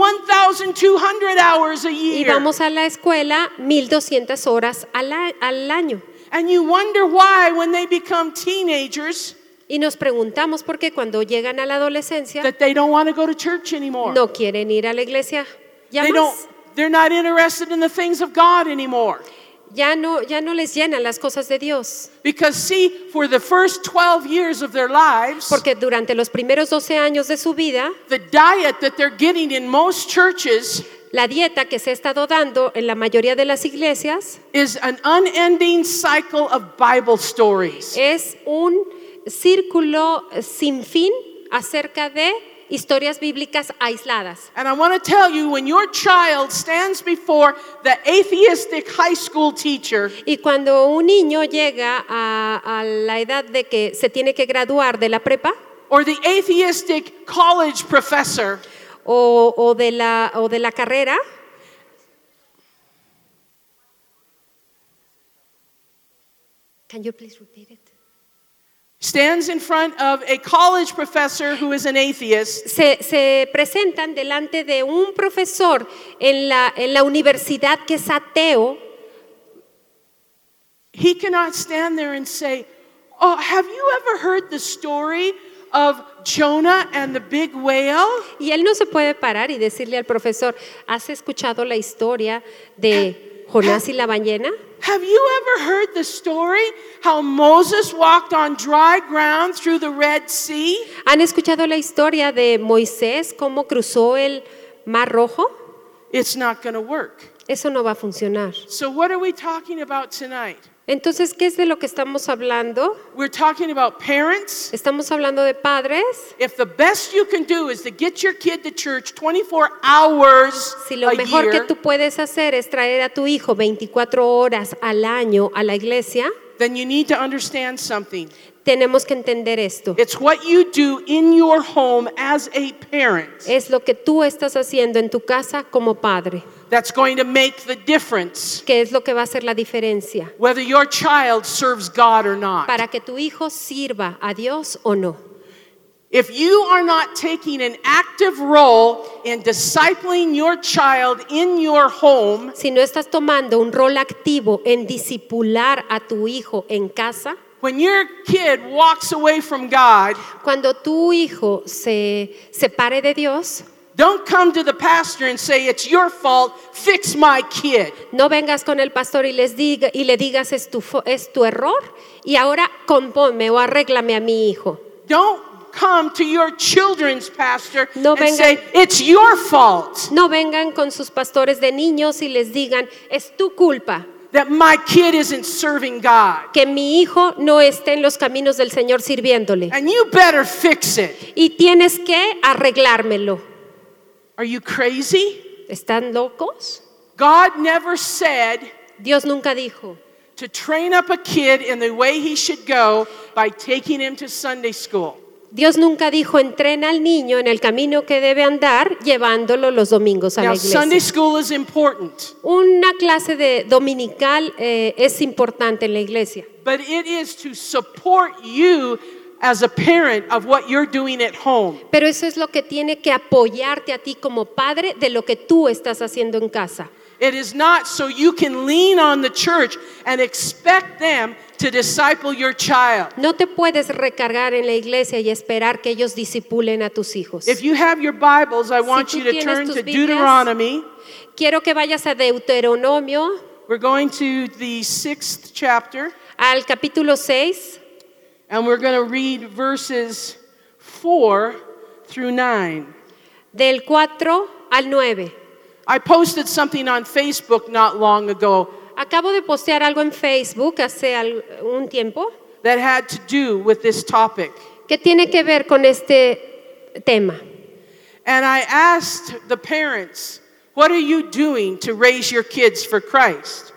[SPEAKER 1] 1,200 hours a
[SPEAKER 2] Y
[SPEAKER 1] year.
[SPEAKER 2] vamos a la escuela 1200 horas al, a- al año.
[SPEAKER 1] And you wonder why, when they become teenagers,
[SPEAKER 2] Y nos preguntamos por qué cuando llegan a la adolescencia
[SPEAKER 1] that they don't want to go to church anymore.
[SPEAKER 2] no quieren ir a la iglesia. Ya,
[SPEAKER 1] they
[SPEAKER 2] más.
[SPEAKER 1] don't. They're not interested in the things of God anymore.
[SPEAKER 2] ya, no, ya no les llenan las cosas de Dios.
[SPEAKER 1] Because see, for the first 12 years of their lives,
[SPEAKER 2] Porque durante los primeros 12 años de su vida,
[SPEAKER 1] the diet that they're getting in most churches
[SPEAKER 2] la dieta que se ha estado dando en la mayoría de las iglesias
[SPEAKER 1] is an unending cycle of Bible stories.
[SPEAKER 2] es un círculo sin fin acerca de historias bíblicas aisladas.
[SPEAKER 1] And I want to tell you when your child stands before the atheistic high school teacher
[SPEAKER 2] Y cuando un niño llega a, a la edad de que se tiene que graduar de la prepa
[SPEAKER 1] or the atheistic college professor,
[SPEAKER 2] o, o de, la, o de la carrera, Can you please repeat it?
[SPEAKER 1] stands in front of a college professor who is an atheist
[SPEAKER 2] Se, se presentan delante de un profesor en la, en la universidad que es ateo
[SPEAKER 1] He cannot stand there and say, Oh, have you ever heard the story of Jonah and the big whale?
[SPEAKER 2] Y él no se puede parar y decirle al profesor, ¿has escuchado la historia de Jonás y la ballena.
[SPEAKER 1] Have you ever heard the story how Moses walked on dry ground through the Red Sea?
[SPEAKER 2] ¿Han escuchado la historia de Moisés cómo cruzó el Mar Rojo?
[SPEAKER 1] It's not going to work.
[SPEAKER 2] Eso no va a funcionar.
[SPEAKER 1] So, what are we talking about tonight?
[SPEAKER 2] Entonces, ¿qué es de lo que estamos hablando?
[SPEAKER 1] We're talking about parents.
[SPEAKER 2] Estamos hablando de padres.
[SPEAKER 1] If the best you can do is to get your kid to church 24 hours
[SPEAKER 2] Si lo
[SPEAKER 1] a
[SPEAKER 2] mejor que
[SPEAKER 1] year,
[SPEAKER 2] tú puedes hacer es traer a tu hijo 24 horas al año a la iglesia,
[SPEAKER 1] then you need to understand something.
[SPEAKER 2] tenemos que entender esto.
[SPEAKER 1] It's what you do in your home as a parent
[SPEAKER 2] Es lo que tú estás haciendo en tu casa como padre,
[SPEAKER 1] that's going to make the difference
[SPEAKER 2] que es lo que va a hacer la diferencia
[SPEAKER 1] whether your child serves God or not.
[SPEAKER 2] para que tu hijo sirva a Dios o no.
[SPEAKER 1] If you are not taking an active role in discipling your child in your home,
[SPEAKER 2] Si no estás tomando un rol activo en discipular a tu hijo en casa,
[SPEAKER 1] when your kid walks away from God,
[SPEAKER 2] cuando tu hijo se separe de Dios,
[SPEAKER 1] Don't come to the pastor and say, It's your fault, fix my kid.
[SPEAKER 2] No vengas con el pastor y, les diga, y le digas es tu, fo- es tu error y ahora compónme o arréglame a mi hijo.
[SPEAKER 1] Don't come to your children's pastor
[SPEAKER 2] No
[SPEAKER 1] and
[SPEAKER 2] venga-
[SPEAKER 1] say, It's your fault
[SPEAKER 2] No vengan con sus pastores de niños y les digan es tu culpa
[SPEAKER 1] that my kid isn't serving God.
[SPEAKER 2] que mi hijo no esté en los caminos del Señor sirviéndole
[SPEAKER 1] And you better fix it.
[SPEAKER 2] y tienes que arreglármelo.
[SPEAKER 1] Are you crazy?
[SPEAKER 2] ¿Están locos?
[SPEAKER 1] God never said
[SPEAKER 2] Dios nunca dijo.
[SPEAKER 1] to train up a kid in the way he should go by taking him to Sunday school.
[SPEAKER 2] Dios nunca dijo entrena al niño en el camino que debe andar llevándolo los domingos a
[SPEAKER 1] Now,
[SPEAKER 2] la iglesia.
[SPEAKER 1] Sunday school is important,
[SPEAKER 2] Una clase de dominical eh, es importante en la iglesia.
[SPEAKER 1] but it is to support you as a parent of what you're doing at home.
[SPEAKER 2] Pero eso es lo que tiene que apoyarte a ti como padre de lo que tú estás haciendo en casa.
[SPEAKER 1] It is not so you can lean on the church and expect them to disciple your child.
[SPEAKER 2] No te puedes recargar en la iglesia y esperar que ellos disipulen a tus hijos.
[SPEAKER 1] If you have your Bibles, I want
[SPEAKER 2] tú
[SPEAKER 1] you to
[SPEAKER 2] tienes
[SPEAKER 1] turn
[SPEAKER 2] tus
[SPEAKER 1] to
[SPEAKER 2] Biblias-
[SPEAKER 1] Deuteronomy.
[SPEAKER 2] Quiero que vayas a Deuteronomio,
[SPEAKER 1] We're going to the sixth chapter,
[SPEAKER 2] al capítulo 6,
[SPEAKER 1] and we're going to read verses 4 through 9.
[SPEAKER 2] del 4 al 9.
[SPEAKER 1] I posted something on Facebook not long ago
[SPEAKER 2] Acabo de postear algo en Facebook hace al- un tiempo
[SPEAKER 1] that had to do with this topic.
[SPEAKER 2] que tiene que ver con este tema.
[SPEAKER 1] And I asked the parents, What are you doing to raise your kids for Christ?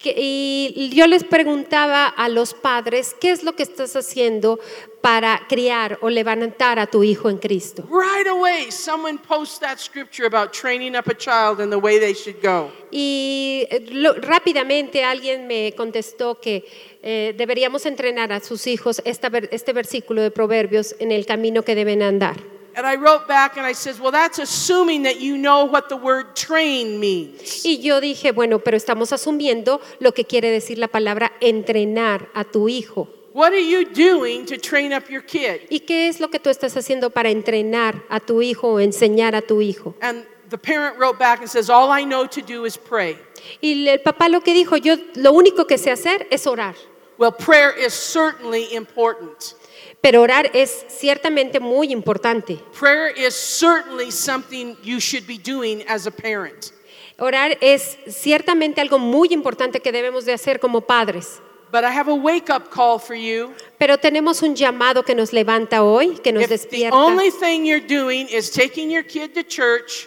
[SPEAKER 2] Que- y yo les preguntaba a los padres, ¿qué es lo que estás haciendo para criar o levantar a tu hijo en Cristo?
[SPEAKER 1] Right away, someone posts that scripture about training up a child in the way they should go.
[SPEAKER 2] Y eh, lo- rápidamente alguien me contestó que eh, deberíamos entrenar a sus hijos esta ver- este versículo de Proverbios en el camino que deben andar.
[SPEAKER 1] And I wrote back and I says, "Well, that's assuming that you know what the word train means."
[SPEAKER 2] Y yo dije, bueno, pero estamos asumiendo lo que quiere decir la palabra entrenar a tu hijo.
[SPEAKER 1] What are you doing to train up your kid?
[SPEAKER 2] ¿Y qué es lo que tú estás haciendo para entrenar a tu hijo o enseñar a tu hijo?
[SPEAKER 1] And the parent wrote back and says, "All I know to do is pray."
[SPEAKER 2] Y el papá lo que dijo, yo lo único que sé hacer es orar.
[SPEAKER 1] Well, prayer is certainly important.
[SPEAKER 2] Pero orar es ciertamente muy importante.
[SPEAKER 1] Prayer is certainly something you should be doing as a parent.
[SPEAKER 2] Orar es ciertamente algo muy importante que debemos de hacer como padres.
[SPEAKER 1] But I have a wake-up call for you.
[SPEAKER 2] Pero tenemos un llamado que nos levanta hoy, que nos
[SPEAKER 1] If the
[SPEAKER 2] despierta.
[SPEAKER 1] only thing you're doing is taking your kid to church,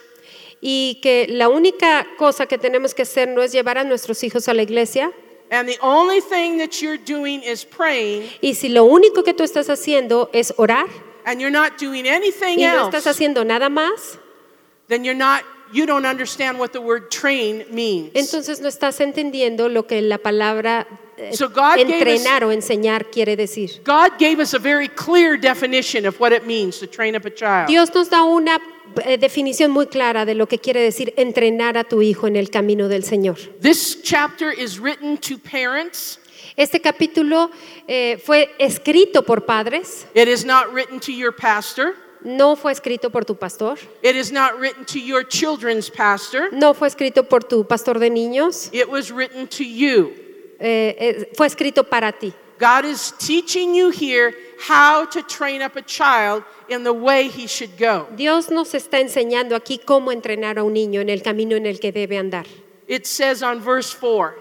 [SPEAKER 2] Y que la única cosa que tenemos que hacer no es llevar a nuestros hijos a la iglesia.
[SPEAKER 1] And the only thing that you're doing is praying,
[SPEAKER 2] Y si lo único que tú estás haciendo es orar
[SPEAKER 1] and you're not doing anything
[SPEAKER 2] y no
[SPEAKER 1] else,
[SPEAKER 2] estás haciendo nada más,
[SPEAKER 1] then you're not you don't understand what the word train means.
[SPEAKER 2] entonces no estás entendiendo lo que la palabra eh,
[SPEAKER 1] So God gave us-
[SPEAKER 2] entrenar o enseñar quiere decir.
[SPEAKER 1] God gave us a very clear definition of what it means to train up a child.
[SPEAKER 2] Dios nos da una eh, definición muy clara de lo que quiere decir entrenar a tu hijo en el camino del Señor.
[SPEAKER 1] This chapter is written to parents.
[SPEAKER 2] Este capítulo eh, fue escrito por padres,
[SPEAKER 1] It is not written to your pastor.
[SPEAKER 2] No fue escrito por tu pastor,
[SPEAKER 1] It is not written to your children's pastor.
[SPEAKER 2] no fue escrito por tu pastor de niños,
[SPEAKER 1] It was written to you.
[SPEAKER 2] eh, eh, fue escrito para ti.
[SPEAKER 1] God is teaching you here how to train up a child in the way he should go.
[SPEAKER 2] Dios nos está enseñando aquí cómo entrenar a un niño en el camino en el que debe andar.
[SPEAKER 1] It says on verse 4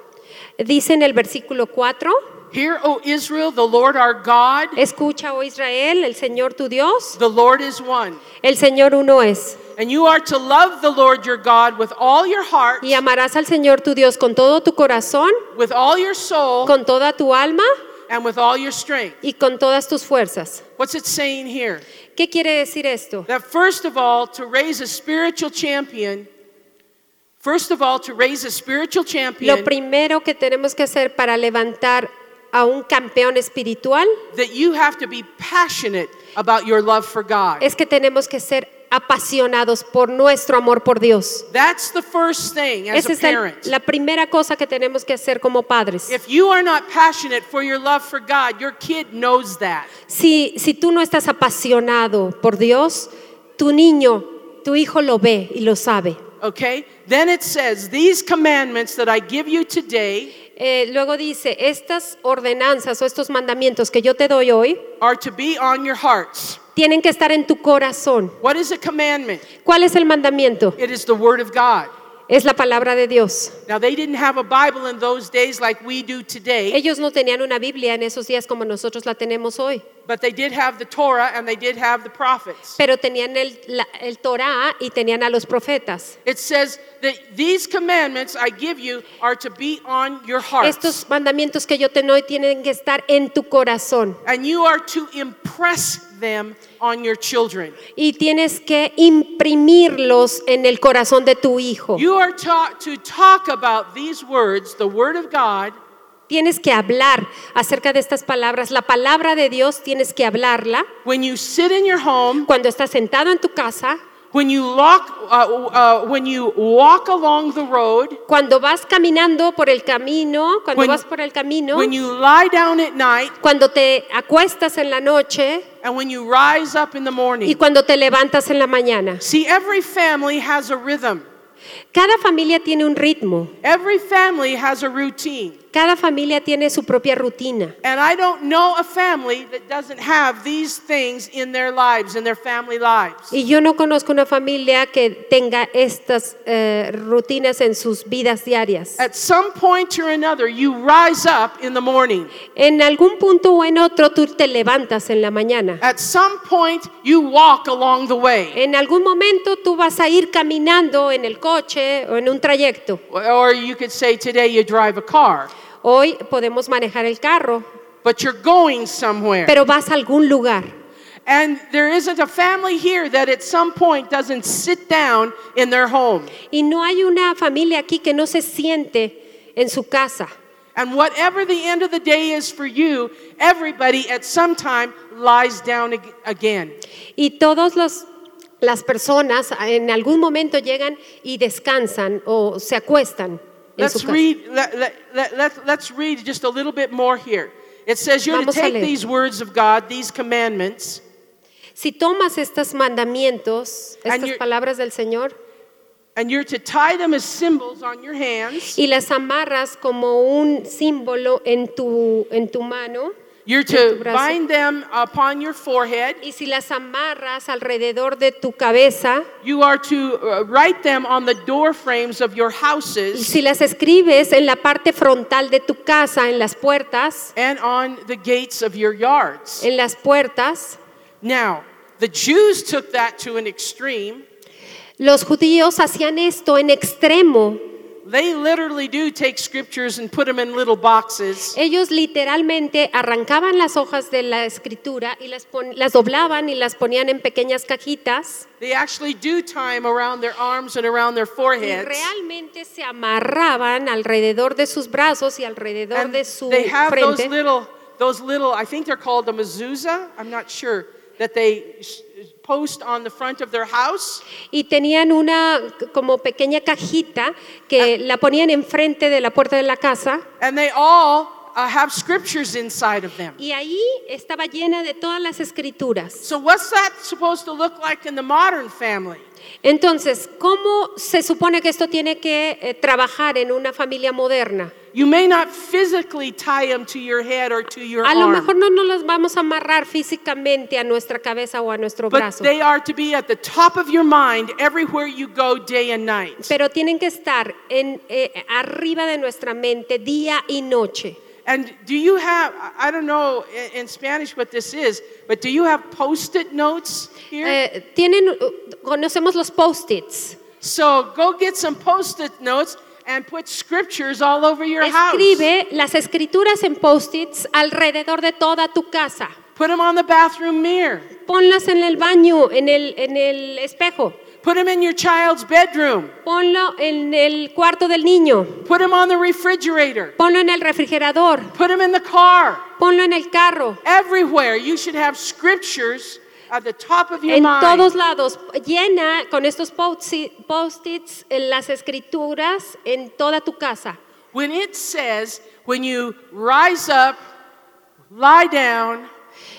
[SPEAKER 2] Dice en el versículo 4,
[SPEAKER 1] Hear, O Israel, the Lord our God,
[SPEAKER 2] escucha, oh Israel, el Señor tu Dios,
[SPEAKER 1] the Lord is one.
[SPEAKER 2] el Señor uno es.
[SPEAKER 1] And you are to love the Lord your God with all your heart,
[SPEAKER 2] Y amarás al Señor tu Dios con todo tu corazón,
[SPEAKER 1] with all your soul,
[SPEAKER 2] con toda tu alma
[SPEAKER 1] and with all your strength.
[SPEAKER 2] y con todas tus fuerzas.
[SPEAKER 1] What's it saying here?
[SPEAKER 2] ¿Qué quiere decir esto?
[SPEAKER 1] That first of all, to raise a spiritual champion, first of all, to raise a spiritual
[SPEAKER 2] Lo
[SPEAKER 1] champion,
[SPEAKER 2] primero que tenemos que hacer para levantar a un campeón espiritual
[SPEAKER 1] that you have to be passionate about your love for God.
[SPEAKER 2] es que tenemos que ser apasionados por nuestro amor por Dios.
[SPEAKER 1] That's the first thing as a
[SPEAKER 2] Esa es la,
[SPEAKER 1] parent.
[SPEAKER 2] la primera cosa que tenemos que hacer como padres.
[SPEAKER 1] If you are not passionate for your love for God, your kid knows that.
[SPEAKER 2] Si, si tú no estás apasionado por Dios, tu niño, tu hijo lo ve y lo sabe.
[SPEAKER 1] Okay? Then it says, These commandments that I give you today
[SPEAKER 2] Eh, luego dice, estas ordenanzas o estos mandamientos que yo te doy hoy
[SPEAKER 1] are to be on your hearts.
[SPEAKER 2] tienen que estar en tu corazón.
[SPEAKER 1] What is a commandment?
[SPEAKER 2] ¿Cuál es el mandamiento?
[SPEAKER 1] It is the Word of God.
[SPEAKER 2] Es la palabra de Dios.
[SPEAKER 1] Now, they didn't have a Bible in those days like we do today,
[SPEAKER 2] Ellos no tenían una Biblia en esos días como nosotros la tenemos hoy,
[SPEAKER 1] but they did have the Torah and they did have the prophets.
[SPEAKER 2] pero tenían el, la- el Torá y tenían a los profetas.
[SPEAKER 1] It says that these commandments I give you are to be on your hearts,
[SPEAKER 2] Estos mandamientos que yo te doy tienen que estar en tu corazón
[SPEAKER 1] and you are to impress them on your children.
[SPEAKER 2] y tienes que imprimirlos en el corazón de tu hijo.
[SPEAKER 1] You are taught to talk about these words, the Word of God,
[SPEAKER 2] Tienes que hablar acerca de estas palabras. La palabra de Dios tienes que hablarla
[SPEAKER 1] when you sit in your home,
[SPEAKER 2] cuando estás sentado en tu casa,
[SPEAKER 1] when you walk, uh, uh, when you walk along the road,
[SPEAKER 2] cuando vas caminando por el camino, cuando
[SPEAKER 1] When-
[SPEAKER 2] vas por el camino,
[SPEAKER 1] when you lie down at night,
[SPEAKER 2] cuando te acuestas en la noche
[SPEAKER 1] and when you rise up in the
[SPEAKER 2] y
[SPEAKER 1] morning.
[SPEAKER 2] cuando te levantas en la mañana.
[SPEAKER 1] See, every family has a rhythm.
[SPEAKER 2] Cada familia tiene un ritmo,
[SPEAKER 1] Every family has a routine.
[SPEAKER 2] cada familia tiene su propia rutina.
[SPEAKER 1] And I don't know a family that doesn't have these things in their lives, in their family lives.
[SPEAKER 2] Y yo no conozco una familia que tenga estas eh, rutinas en sus vidas diarias.
[SPEAKER 1] At some point or another, you rise up in the morning.
[SPEAKER 2] En algún punto o en otro tú te levantas en la mañana.
[SPEAKER 1] At some point, you walk along the way.
[SPEAKER 2] En algún momento tú vas a ir caminando en el coche o en un trayecto.
[SPEAKER 1] Or you could say today you drive a car,
[SPEAKER 2] Hoy podemos manejar el carro,
[SPEAKER 1] but you're going somewhere.
[SPEAKER 2] pero vas a algún lugar.
[SPEAKER 1] And there isn't a family here that at some point doesn't sit down in their home.
[SPEAKER 2] Y no hay una familia aquí que no se siente en su casa.
[SPEAKER 1] And whatever the end of the day is for you, everybody at some time lies down ag- again.
[SPEAKER 2] Y todas las- las personas en algún momento llegan y descansan o se acuestan. En su
[SPEAKER 1] Let's
[SPEAKER 2] casa.
[SPEAKER 1] read, let, let, let, let, let's read just a little bit more here. It says, You're to
[SPEAKER 2] Vamos a
[SPEAKER 1] take
[SPEAKER 2] leer.
[SPEAKER 1] these words of God, these commandments,
[SPEAKER 2] Si tomas estos mandamientos,
[SPEAKER 1] And
[SPEAKER 2] estas
[SPEAKER 1] you're-
[SPEAKER 2] palabras del Señor,
[SPEAKER 1] and you're to tie them as symbols on your hands.
[SPEAKER 2] y las amarras como un símbolo en tu, en tu mano,
[SPEAKER 1] You're
[SPEAKER 2] en
[SPEAKER 1] to
[SPEAKER 2] tu brazo.
[SPEAKER 1] bind them upon your forehead.
[SPEAKER 2] Y si las amarras alrededor de tu cabeza,
[SPEAKER 1] You are to uh, write them on the door frames of your
[SPEAKER 2] y
[SPEAKER 1] houses
[SPEAKER 2] si las escribes en la parte frontal de tu casa, en las puertas,
[SPEAKER 1] and on the gates of your yards.
[SPEAKER 2] en las puertas,
[SPEAKER 1] Now, the Jews took that to an extreme.
[SPEAKER 2] los judíos hacían esto en extremo.
[SPEAKER 1] They literally do take scriptures and put them in little boxes.
[SPEAKER 2] Ellos literalmente arrancaban las hojas de la escritura y las, pon- las doblaban y las ponían en pequeñas cajitas.
[SPEAKER 1] They actually do time around their arms and around their
[SPEAKER 2] Y
[SPEAKER 1] foreheads.
[SPEAKER 2] realmente se amarraban alrededor de sus brazos y alrededor
[SPEAKER 1] And
[SPEAKER 2] de su
[SPEAKER 1] they have those
[SPEAKER 2] frente.
[SPEAKER 1] little, those little, I think they're called a mezuzah, I'm not sure, that they s- post on the front of their house.
[SPEAKER 2] y tenían una c- como Ah. pequeña cajita que la ponían enfrente de la puerta de la casa
[SPEAKER 1] And they all uh, have scriptures inside of them.
[SPEAKER 2] y ahí estaba llena de todas las escrituras.
[SPEAKER 1] So, what's that supposed to look like in the modern family?
[SPEAKER 2] Entonces, ¿cómo se supone que esto tiene que eh, trabajar en una familia moderna?
[SPEAKER 1] You may not physically tie them to your head or to your
[SPEAKER 2] A lo
[SPEAKER 1] arm,
[SPEAKER 2] mejor no nos las vamos a amarrar físicamente a nuestra cabeza o a nuestro
[SPEAKER 1] but
[SPEAKER 2] brazo,
[SPEAKER 1] they are to be at the top of your mind everywhere you go, day and night.
[SPEAKER 2] pero tienen que estar en, eh, arriba de nuestra mente día y noche.
[SPEAKER 1] And do you have, I- I don't know i- in Spanish what this is, but do you have post it notes here?
[SPEAKER 2] Eh, tienen, eh, conocemos los post-its.
[SPEAKER 1] so go get some post it notes and put scriptures all over your house.
[SPEAKER 2] Escribe las escrituras en post-its alrededor de toda tu casa.
[SPEAKER 1] Put them on the bathroom mirror.
[SPEAKER 2] Ponlas en el baño, en el, en el espejo.
[SPEAKER 1] Put them in your child's bedroom.
[SPEAKER 2] Ponlo en el cuarto del niño.
[SPEAKER 1] Put them on the refrigerator.
[SPEAKER 2] Ponlo en el refrigerador.
[SPEAKER 1] Put them in the car.
[SPEAKER 2] Ponlo en el carro.
[SPEAKER 1] Everywhere you should have scriptures at the top of your
[SPEAKER 2] En
[SPEAKER 1] mind.
[SPEAKER 2] todos lados. Llena con estos post-it- post-its eh, las escrituras en toda tu casa.
[SPEAKER 1] When it says, when you rise up, lie down,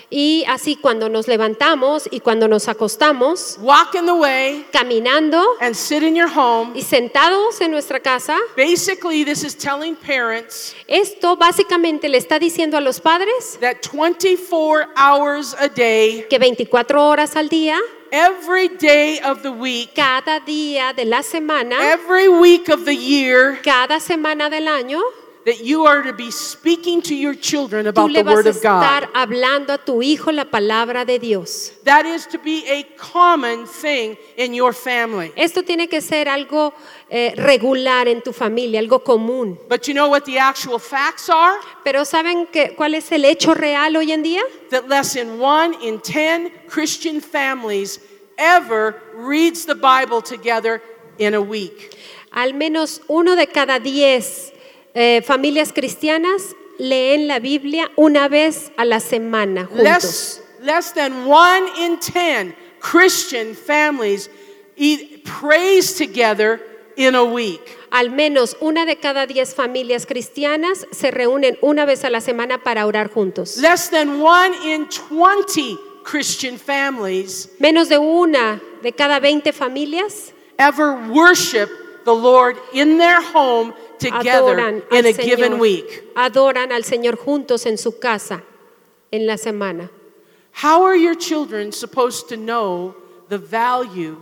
[SPEAKER 2] Y así cuando nos levantamos y cuando nos acostamos,
[SPEAKER 1] walk in the way,
[SPEAKER 2] caminando
[SPEAKER 1] and sit in your home.
[SPEAKER 2] y sentados en nuestra casa,
[SPEAKER 1] Basically, this is telling parents
[SPEAKER 2] Esto básicamente le está diciendo a los padres
[SPEAKER 1] that 24 hours a day,
[SPEAKER 2] que 24 horas al día,
[SPEAKER 1] every day of the week,
[SPEAKER 2] cada día de la semana,
[SPEAKER 1] every week of the year,
[SPEAKER 2] cada semana del año,
[SPEAKER 1] that you are to be speaking to your children
[SPEAKER 2] tú
[SPEAKER 1] about
[SPEAKER 2] le
[SPEAKER 1] the
[SPEAKER 2] vas
[SPEAKER 1] Word
[SPEAKER 2] a
[SPEAKER 1] of God.
[SPEAKER 2] estar hablando a tu hijo la palabra de Dios.
[SPEAKER 1] That is to be a common thing in your family.
[SPEAKER 2] Esto tiene que ser algo eh, regular en tu familia, algo común.
[SPEAKER 1] But you know what the actual facts are?
[SPEAKER 2] Pero ¿saben que- cuál es el hecho real hoy en día?
[SPEAKER 1] That less than one in 10 Christian families ever reads the Bible together in a week.
[SPEAKER 2] Al menos uno de cada diez eh, familias cristianas leen la Biblia una vez a la semana juntos.
[SPEAKER 1] Less, less than one in ten Christian families eat, prays together in a week.
[SPEAKER 2] Al menos una de cada diez familias cristianas se reúnen una vez a la semana para orar juntos.
[SPEAKER 1] Less than one in 20 Christian families
[SPEAKER 2] Menos de una de cada 20 familias
[SPEAKER 1] ever worship the Lord in their home together
[SPEAKER 2] adoran
[SPEAKER 1] in
[SPEAKER 2] al,
[SPEAKER 1] a given
[SPEAKER 2] Señor,
[SPEAKER 1] week.
[SPEAKER 2] adoran al Señor juntos en su casa en la semana.
[SPEAKER 1] How are your children supposed to know the value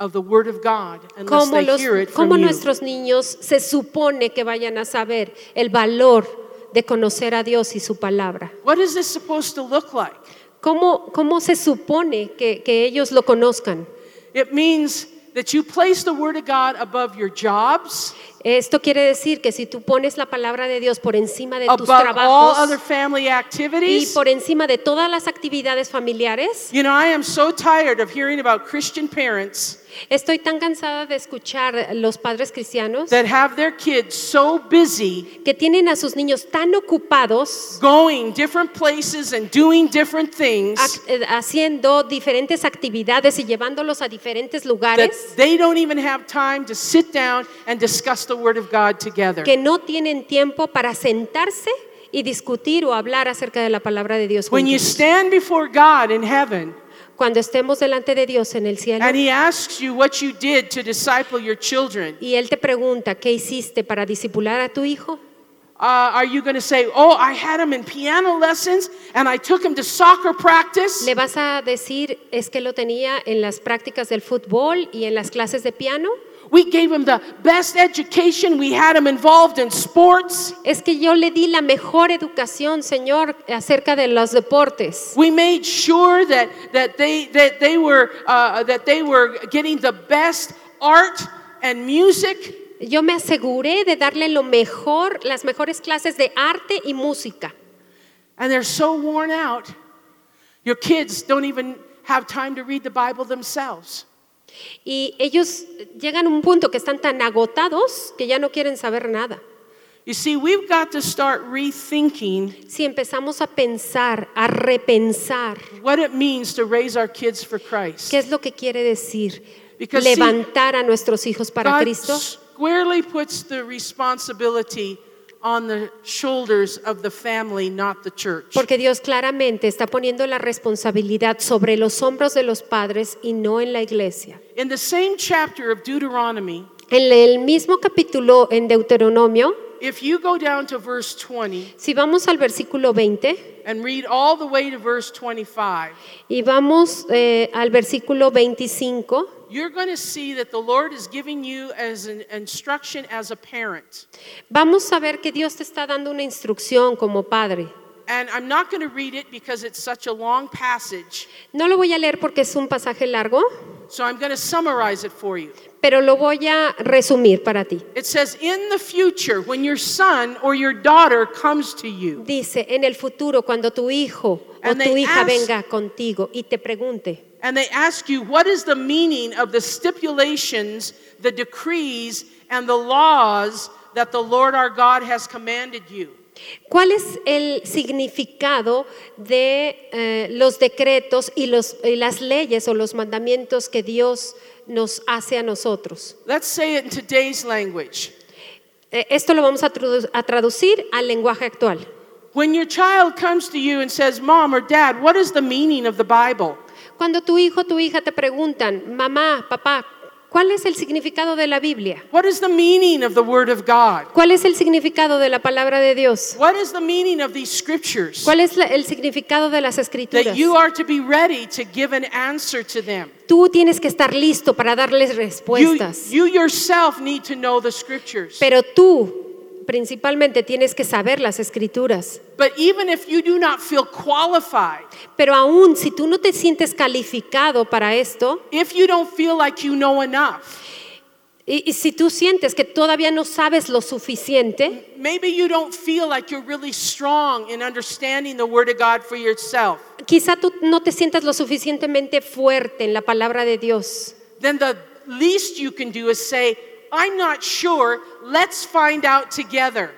[SPEAKER 1] of the Word of God unless
[SPEAKER 2] ¿Cómo,
[SPEAKER 1] they
[SPEAKER 2] los-
[SPEAKER 1] hear it from
[SPEAKER 2] cómo
[SPEAKER 1] you?
[SPEAKER 2] nuestros niños se supone que vayan a saber el valor de conocer a Dios y su palabra?
[SPEAKER 1] What is this supposed to look like?
[SPEAKER 2] ¿Cómo, cómo se supone que- que ellos lo conozcan?
[SPEAKER 1] It means that you place the Word of God above your jobs,
[SPEAKER 2] Esto quiere decir que si tú pones la palabra de Dios por encima de tus
[SPEAKER 1] above all other
[SPEAKER 2] trabajos
[SPEAKER 1] family
[SPEAKER 2] y
[SPEAKER 1] activities.
[SPEAKER 2] por encima de todas las actividades familiares,
[SPEAKER 1] You know, I am so tired of hearing about Christian parents
[SPEAKER 2] estoy tan cansada de escuchar los padres cristianos
[SPEAKER 1] that have their kids so busy
[SPEAKER 2] que tienen a sus niños tan ocupados
[SPEAKER 1] going different places and doing different things
[SPEAKER 2] ac- eh, haciendo diferentes actividades y llevándolos a diferentes
[SPEAKER 1] that
[SPEAKER 2] lugares
[SPEAKER 1] they don't even have time to sit down and discuss the Word of God together.
[SPEAKER 2] que no tienen tiempo para sentarse y discutir o hablar acerca de la palabra de Dios.
[SPEAKER 1] When you
[SPEAKER 2] juntos.
[SPEAKER 1] stand before God in heaven
[SPEAKER 2] Cuando estemos delante de Dios en el cielo
[SPEAKER 1] and He asks you what you did to disciple your children,
[SPEAKER 2] y Él te pregunta, ¿qué hiciste para discipular a tu hijo?
[SPEAKER 1] Uh, are you going to say, Oh, I had him in piano lessons and I took him to soccer practice?
[SPEAKER 2] Le vas a decir, es que lo tenía en las prácticas del fútbol y en las clases de piano.
[SPEAKER 1] We gave him the best education. We had him involved in sports.
[SPEAKER 2] Es que yo le di la mejor educación, Señor, acerca de los deportes.
[SPEAKER 1] We made sure that, that, they, that, they were, uh, that they were getting the best art and music.
[SPEAKER 2] Yo me aseguré de darle lo mejor, las mejores clases de arte y música.
[SPEAKER 1] And they're so worn out, your kids don't even have time to read the Bible themselves.
[SPEAKER 2] Y ellos llegan a un punto que están tan agotados que ya no quieren saber nada.
[SPEAKER 1] You see, we've got to start rethinking
[SPEAKER 2] Si empezamos a pensar, a repensar,
[SPEAKER 1] what it means to raise our kids for Christ.
[SPEAKER 2] ¿qué es lo que quiere decir
[SPEAKER 1] Because, see,
[SPEAKER 2] levantar a nuestros hijos para
[SPEAKER 1] God
[SPEAKER 2] Cristo?
[SPEAKER 1] squarely puts the responsibility on the shoulders of the family, not the church.
[SPEAKER 2] Porque Dios claramente está poniendo la responsabilidad sobre los hombros de los padres y no en la iglesia.
[SPEAKER 1] In the same chapter of Deuteronomy,
[SPEAKER 2] En el mismo capítulo en Deuteronomio,
[SPEAKER 1] if you go down to verse 20
[SPEAKER 2] si vamos al versículo 20
[SPEAKER 1] and read all the way to verse 25,
[SPEAKER 2] y vamos eh, al versículo 25,
[SPEAKER 1] you're going to see that the Lord is giving you as an instruction as a parent.
[SPEAKER 2] vamos a ver que Dios te está dando una instrucción como padre.
[SPEAKER 1] And I'm not going to read it because it's such a long passage,
[SPEAKER 2] No lo voy a leer porque es un pasaje largo,
[SPEAKER 1] so I'm going to summarize it for you.
[SPEAKER 2] pero lo voy a resumir para ti.
[SPEAKER 1] It says, In the future, when your son or your daughter comes to you,
[SPEAKER 2] Dice, en el futuro, cuando tu hijo o
[SPEAKER 1] And
[SPEAKER 2] tu
[SPEAKER 1] they
[SPEAKER 2] hija
[SPEAKER 1] ask-
[SPEAKER 2] venga contigo y te pregunte,
[SPEAKER 1] and they ask you, What is the meaning of the stipulations, the decrees, and the laws that the Lord our God has commanded you?
[SPEAKER 2] ¿cuál es el significado de eh, los decretos y, los, y las leyes o los mandamientos que Dios nos hace a nosotros?
[SPEAKER 1] Let's say it in today's language.
[SPEAKER 2] Eh, esto lo vamos a, tradu- a traducir al lenguaje actual.
[SPEAKER 1] When your child comes to you and says, Mom or Dad, what is the meaning of the Bible?
[SPEAKER 2] Cuando tu hijo o tu hija te preguntan, mamá, papá, ¿cuál es el significado de la Biblia?
[SPEAKER 1] What is the meaning of the Word of God?
[SPEAKER 2] ¿Cuál es el significado de la palabra de Dios?
[SPEAKER 1] What is the meaning of these scriptures?
[SPEAKER 2] ¿Cuál es la- el significado de las
[SPEAKER 1] That
[SPEAKER 2] escrituras?
[SPEAKER 1] you are to be ready to give an answer to them.
[SPEAKER 2] Tú tienes que estar listo para darles
[SPEAKER 1] You,
[SPEAKER 2] respuestas.
[SPEAKER 1] you yourself need to know the scriptures.
[SPEAKER 2] pero tú principalmente tienes que saber las escrituras.
[SPEAKER 1] But even if you do not feel qualified,
[SPEAKER 2] Pero aún si tú no te sientes calificado para esto,
[SPEAKER 1] if you don't feel like you know enough,
[SPEAKER 2] y, y si tú sientes que todavía no sabes lo suficiente,
[SPEAKER 1] maybe you don't feel like you're really strong in understanding the Word of God for yourself,
[SPEAKER 2] quizá tú no te sientas lo suficientemente fuerte en la palabra de Dios.
[SPEAKER 1] then the least you can do is say, I'm not sure, let's find out together.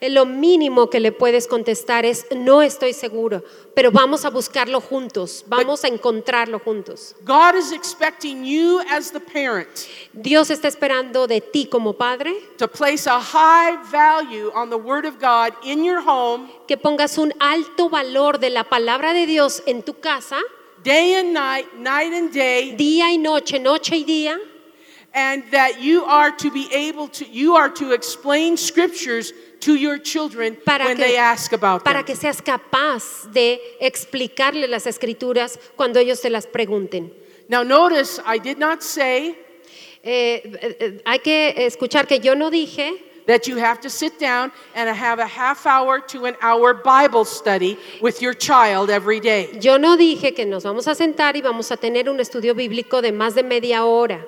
[SPEAKER 2] Eh, Lo mínimo que le puedes contestar es, no estoy seguro, pero vamos a buscarlo juntos, vamos a encontrarlo juntos.
[SPEAKER 1] God is expecting you as the parent
[SPEAKER 2] Dios está esperando de ti como padre
[SPEAKER 1] to place a high value on the Word of God in your home
[SPEAKER 2] que pongas un alto valor de la palabra de Dios en tu casa,
[SPEAKER 1] day and night, night and day,
[SPEAKER 2] día y noche, noche y día,
[SPEAKER 1] and that you are to be able to you are to explain scriptures to your children
[SPEAKER 2] Para
[SPEAKER 1] when
[SPEAKER 2] que-
[SPEAKER 1] they ask about
[SPEAKER 2] para
[SPEAKER 1] them.
[SPEAKER 2] que seas capaz de explicarle las escrituras cuando ellos te las pregunten.
[SPEAKER 1] Now notice I did not say
[SPEAKER 2] Eh, eh, eh, hay que escuchar que yo no dije
[SPEAKER 1] that you have to sit down and have a half hour to an hour Bible study with your child every day.
[SPEAKER 2] Yo no dije que nos vamos a sentar y vamos a tener un estudio bíblico de más de media hora.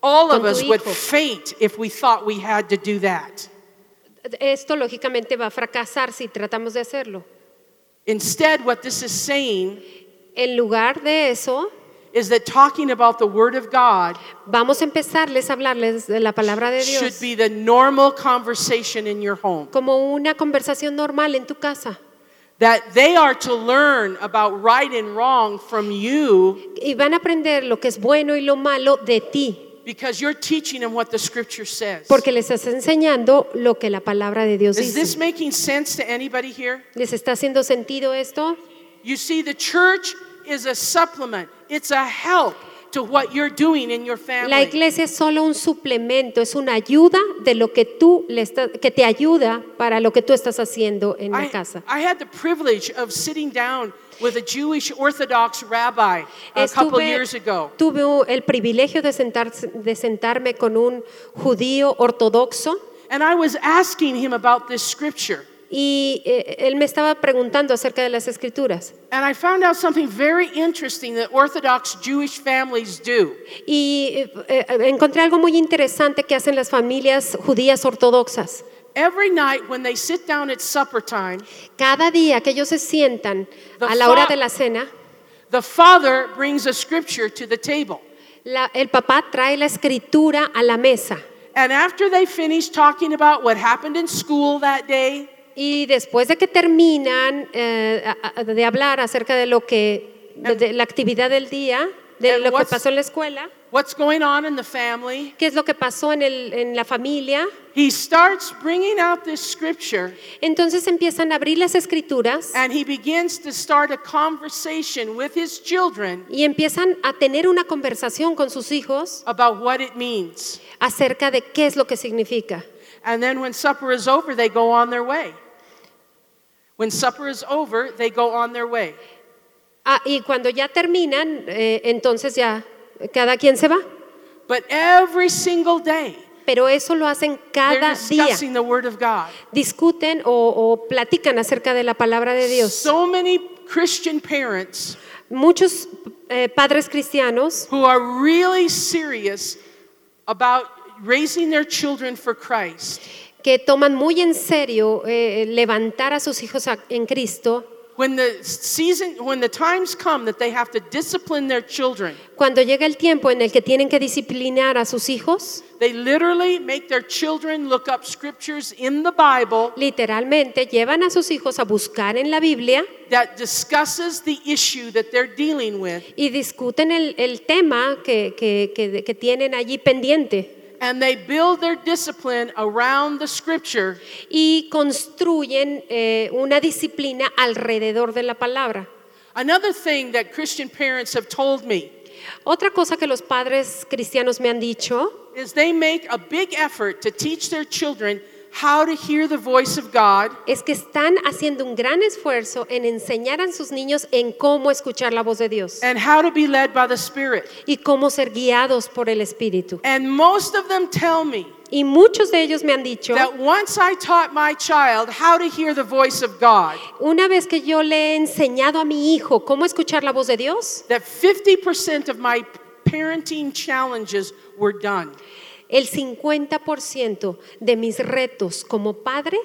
[SPEAKER 1] All of
[SPEAKER 2] Con tu
[SPEAKER 1] us would
[SPEAKER 2] hijo.
[SPEAKER 1] faint if we thought we had to do that.
[SPEAKER 2] Esto lógicamente va a fracasar si tratamos de hacerlo.
[SPEAKER 1] Instead, what this is saying
[SPEAKER 2] En lugar de eso,
[SPEAKER 1] is that talking about the Word of God
[SPEAKER 2] vamos a empezarles a hablarles de la palabra de
[SPEAKER 1] should
[SPEAKER 2] Dios
[SPEAKER 1] be the normal conversation in your home.
[SPEAKER 2] como una conversación normal en tu casa.
[SPEAKER 1] That they are to learn about right and wrong from you
[SPEAKER 2] Y van a aprender lo que es bueno y lo malo de ti,
[SPEAKER 1] because you're teaching them what the Scripture says.
[SPEAKER 2] porque les estás enseñando lo que la palabra de Dios
[SPEAKER 1] Is this
[SPEAKER 2] dice.
[SPEAKER 1] making sense to anybody here?
[SPEAKER 2] ¿Les está haciendo sentido esto?
[SPEAKER 1] You see, the church is a supplement, it's a help to what you're doing in your
[SPEAKER 2] La
[SPEAKER 1] family.
[SPEAKER 2] iglesia es solo un suplemento, es una ayuda de lo que tú le estás, que te ayuda para lo que tú estás haciendo en la
[SPEAKER 1] I,
[SPEAKER 2] casa.
[SPEAKER 1] I had the privilege of sitting down with a Jewish Orthodox rabbi a couple
[SPEAKER 2] Estuve-
[SPEAKER 1] years ago.
[SPEAKER 2] tuve un- el privilegio de, sentar- de sentarme con un judío ortodoxo
[SPEAKER 1] And I was asking him about this scripture.
[SPEAKER 2] y eh, él me estaba preguntando acerca de las escrituras.
[SPEAKER 1] And I found out something very interesting that Orthodox Jewish families do.
[SPEAKER 2] Y eh, eh, encontré algo muy interesante que hacen las familias judías ortodoxas.
[SPEAKER 1] Every night when they sit down at supper time,
[SPEAKER 2] Cada día que ellos se sientan
[SPEAKER 1] The
[SPEAKER 2] a la hora
[SPEAKER 1] fa-
[SPEAKER 2] de la cena,
[SPEAKER 1] the father brings a scripture to the table.
[SPEAKER 2] la- el papá trae la escritura a la mesa.
[SPEAKER 1] And after they finish talking about what happened in school that day,
[SPEAKER 2] Y después de que terminan eh, a- a- de hablar acerca de lo que de, de la actividad del día, de
[SPEAKER 1] And
[SPEAKER 2] lo que
[SPEAKER 1] what's-
[SPEAKER 2] pasó en la escuela,
[SPEAKER 1] what's going on in the family.
[SPEAKER 2] qué es lo que pasó en, el, en la familia.
[SPEAKER 1] He starts bringing out this scripture
[SPEAKER 2] Entonces empiezan a abrir las escrituras
[SPEAKER 1] and he begins to start a conversation with his children
[SPEAKER 2] y empiezan a tener una conversación con sus hijos
[SPEAKER 1] about what it means.
[SPEAKER 2] acerca de qué es lo que significa.
[SPEAKER 1] And then when supper is over, they go on their way. When supper is over, they go on their way.
[SPEAKER 2] Ah, y cuando ya terminan, eh, entonces ya cada quien se va.
[SPEAKER 1] But every single day,
[SPEAKER 2] Pero eso lo hacen
[SPEAKER 1] they're
[SPEAKER 2] cada día.
[SPEAKER 1] discussing the Word of God.
[SPEAKER 2] Discuten o, o platican acerca de la palabra de Dios.
[SPEAKER 1] So many Christian parents
[SPEAKER 2] Muchos eh, padres cristianos
[SPEAKER 1] who are really serious about raising their children for Christ,
[SPEAKER 2] que toman muy en serio eh, levantar a sus hijos a- en Cristo,
[SPEAKER 1] when the season, when the times come that they have to discipline their children,
[SPEAKER 2] cuando llega el tiempo en el que tienen que disciplinar a sus hijos,
[SPEAKER 1] they literally make their children look up scriptures in the Bible
[SPEAKER 2] literalmente llevan a sus hijos a buscar en la Biblia
[SPEAKER 1] that discusses the issue that they're dealing with,
[SPEAKER 2] y discuten el, el tema que, que- que- que tienen allí pendiente
[SPEAKER 1] and they build their discipline around the scripture
[SPEAKER 2] y construyen eh, una disciplina alrededor de la palabra.
[SPEAKER 1] Another thing that Christian parents have told me
[SPEAKER 2] Otra cosa que los padres cristianos me han dicho
[SPEAKER 1] is they make a big effort to teach their children how to hear the voice of God
[SPEAKER 2] es que están haciendo un gran esfuerzo en enseñar a sus niños en cómo escuchar la voz de Dios
[SPEAKER 1] and how to be led by the Spirit.
[SPEAKER 2] y cómo ser guiados por el Espíritu.
[SPEAKER 1] And most of them tell me
[SPEAKER 2] Y muchos de ellos me han dicho,
[SPEAKER 1] that once I taught my child how to hear the voice of God,
[SPEAKER 2] una vez que yo le he enseñado a mi hijo cómo escuchar la voz de Dios,
[SPEAKER 1] that 50% of my parenting challenges were done.
[SPEAKER 2] El 50% de mis retos como padre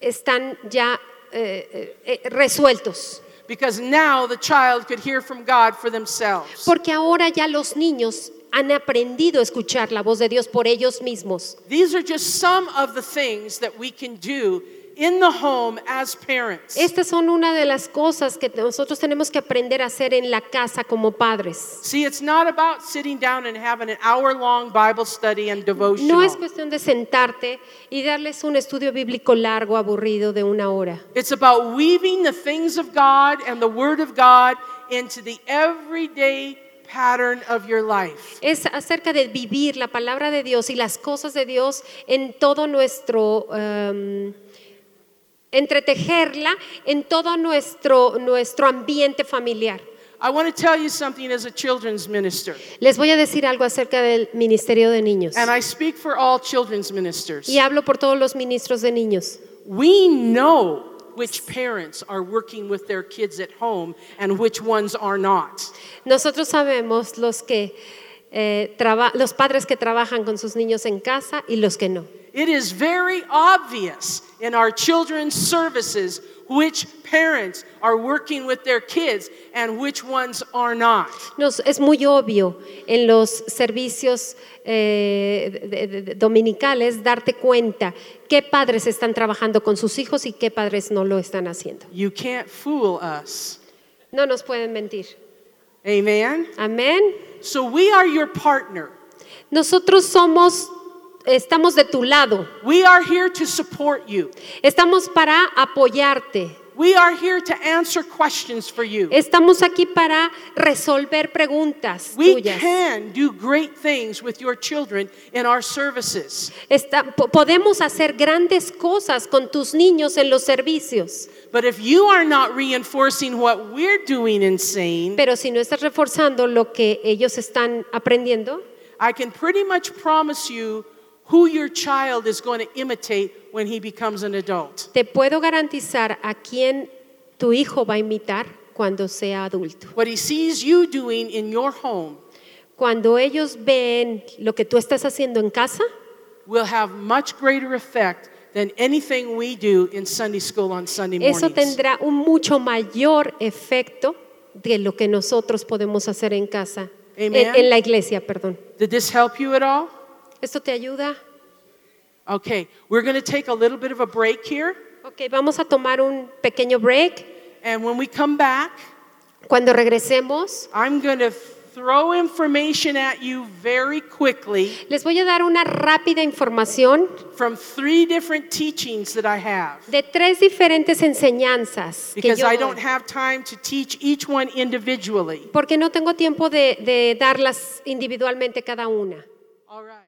[SPEAKER 2] están ya eh, eh, eh, resueltos,
[SPEAKER 1] Because now the child could hear from God for themselves.
[SPEAKER 2] porque ahora ya los niños han aprendido a escuchar la voz de Dios por ellos mismos.
[SPEAKER 1] These are just some of the things that we can do in the home as parents.
[SPEAKER 2] Estas son una de las cosas que nosotros tenemos que aprender a hacer en la casa como padres.
[SPEAKER 1] See, it's not about sitting down and having an hour long Bible study and devotion.
[SPEAKER 2] No es cuestión de sentarte y darles un estudio bíblico largo, aburrido, de una hora.
[SPEAKER 1] It's about weaving the things of God and the Word of God into the everyday pattern of your life.
[SPEAKER 2] Es acerca de vivir la palabra de Dios y las cosas de Dios en todo nuestro em, entretejerla en todo nuestro nuestro ambiente familiar.
[SPEAKER 1] I want to tell you something as a children's minister,
[SPEAKER 2] Les voy a decir algo acerca del ministerio de niños.
[SPEAKER 1] and I speak for all children's ministers.
[SPEAKER 2] Y hablo por todos los ministros de niños.
[SPEAKER 1] We know which parents are working with their kids at home and which ones are not.
[SPEAKER 2] Nosotros sabemos los que eh, traba- los padres que trabajan con sus niños en casa y los que no.
[SPEAKER 1] It is very obvious in our children's services which parents are working with their kids and which ones are not.
[SPEAKER 2] Nos- es muy obvio en los servicios eh, de- de- de- dominicales darte cuenta qué padres están trabajando con sus hijos y qué padres no lo están haciendo.
[SPEAKER 1] You can't fool us.
[SPEAKER 2] No nos pueden mentir.
[SPEAKER 1] Amen.
[SPEAKER 2] Amén.
[SPEAKER 1] So we are your partner.
[SPEAKER 2] Nosotros somos, estamos de tu lado.
[SPEAKER 1] We are here to support you.
[SPEAKER 2] Estamos para apoyarte.
[SPEAKER 1] We are here to answer questions for you.
[SPEAKER 2] Estamos aquí para resolver preguntas
[SPEAKER 1] We
[SPEAKER 2] tuyas.
[SPEAKER 1] can do great things with your children in our services.
[SPEAKER 2] Está- po- podemos hacer grandes cosas con tus niños en los servicios.
[SPEAKER 1] But if you are not reinforcing what we're doing and saying,
[SPEAKER 2] Pero si no estás reforzando lo que ellos están aprendiendo,
[SPEAKER 1] I can pretty much promise you who your child is going to imitate when he becomes an adult.
[SPEAKER 2] te puedo garantizar a quién tu hijo va a imitar cuando sea adulto.
[SPEAKER 1] What he sees you doing in your home
[SPEAKER 2] Cuando ellos ven lo que tú estás haciendo en casa,
[SPEAKER 1] will have much greater effect than anything we do in Sunday school on Sunday
[SPEAKER 2] eso
[SPEAKER 1] mornings.
[SPEAKER 2] tendrá un mucho mayor efecto de lo que nosotros podemos hacer en casa, en,
[SPEAKER 1] Amen.
[SPEAKER 2] en la iglesia, perdón.
[SPEAKER 1] Did this help you at all?
[SPEAKER 2] ¿Esto te ayuda?
[SPEAKER 1] Okay, we're going to take a little bit of a break here.
[SPEAKER 2] Ok, vamos a tomar un pequeño break.
[SPEAKER 1] And when we come back,
[SPEAKER 2] Cuando regresemos,
[SPEAKER 1] I'm going to throw information at you very quickly
[SPEAKER 2] Les voy a dar una rápida información
[SPEAKER 1] from three different teachings that I have.
[SPEAKER 2] de tres diferentes enseñanzas que
[SPEAKER 1] Because
[SPEAKER 2] yo
[SPEAKER 1] I
[SPEAKER 2] doy,
[SPEAKER 1] don't have time to teach each one individually.
[SPEAKER 2] porque no tengo tiempo de, de darlas individualmente cada una.
[SPEAKER 1] All right.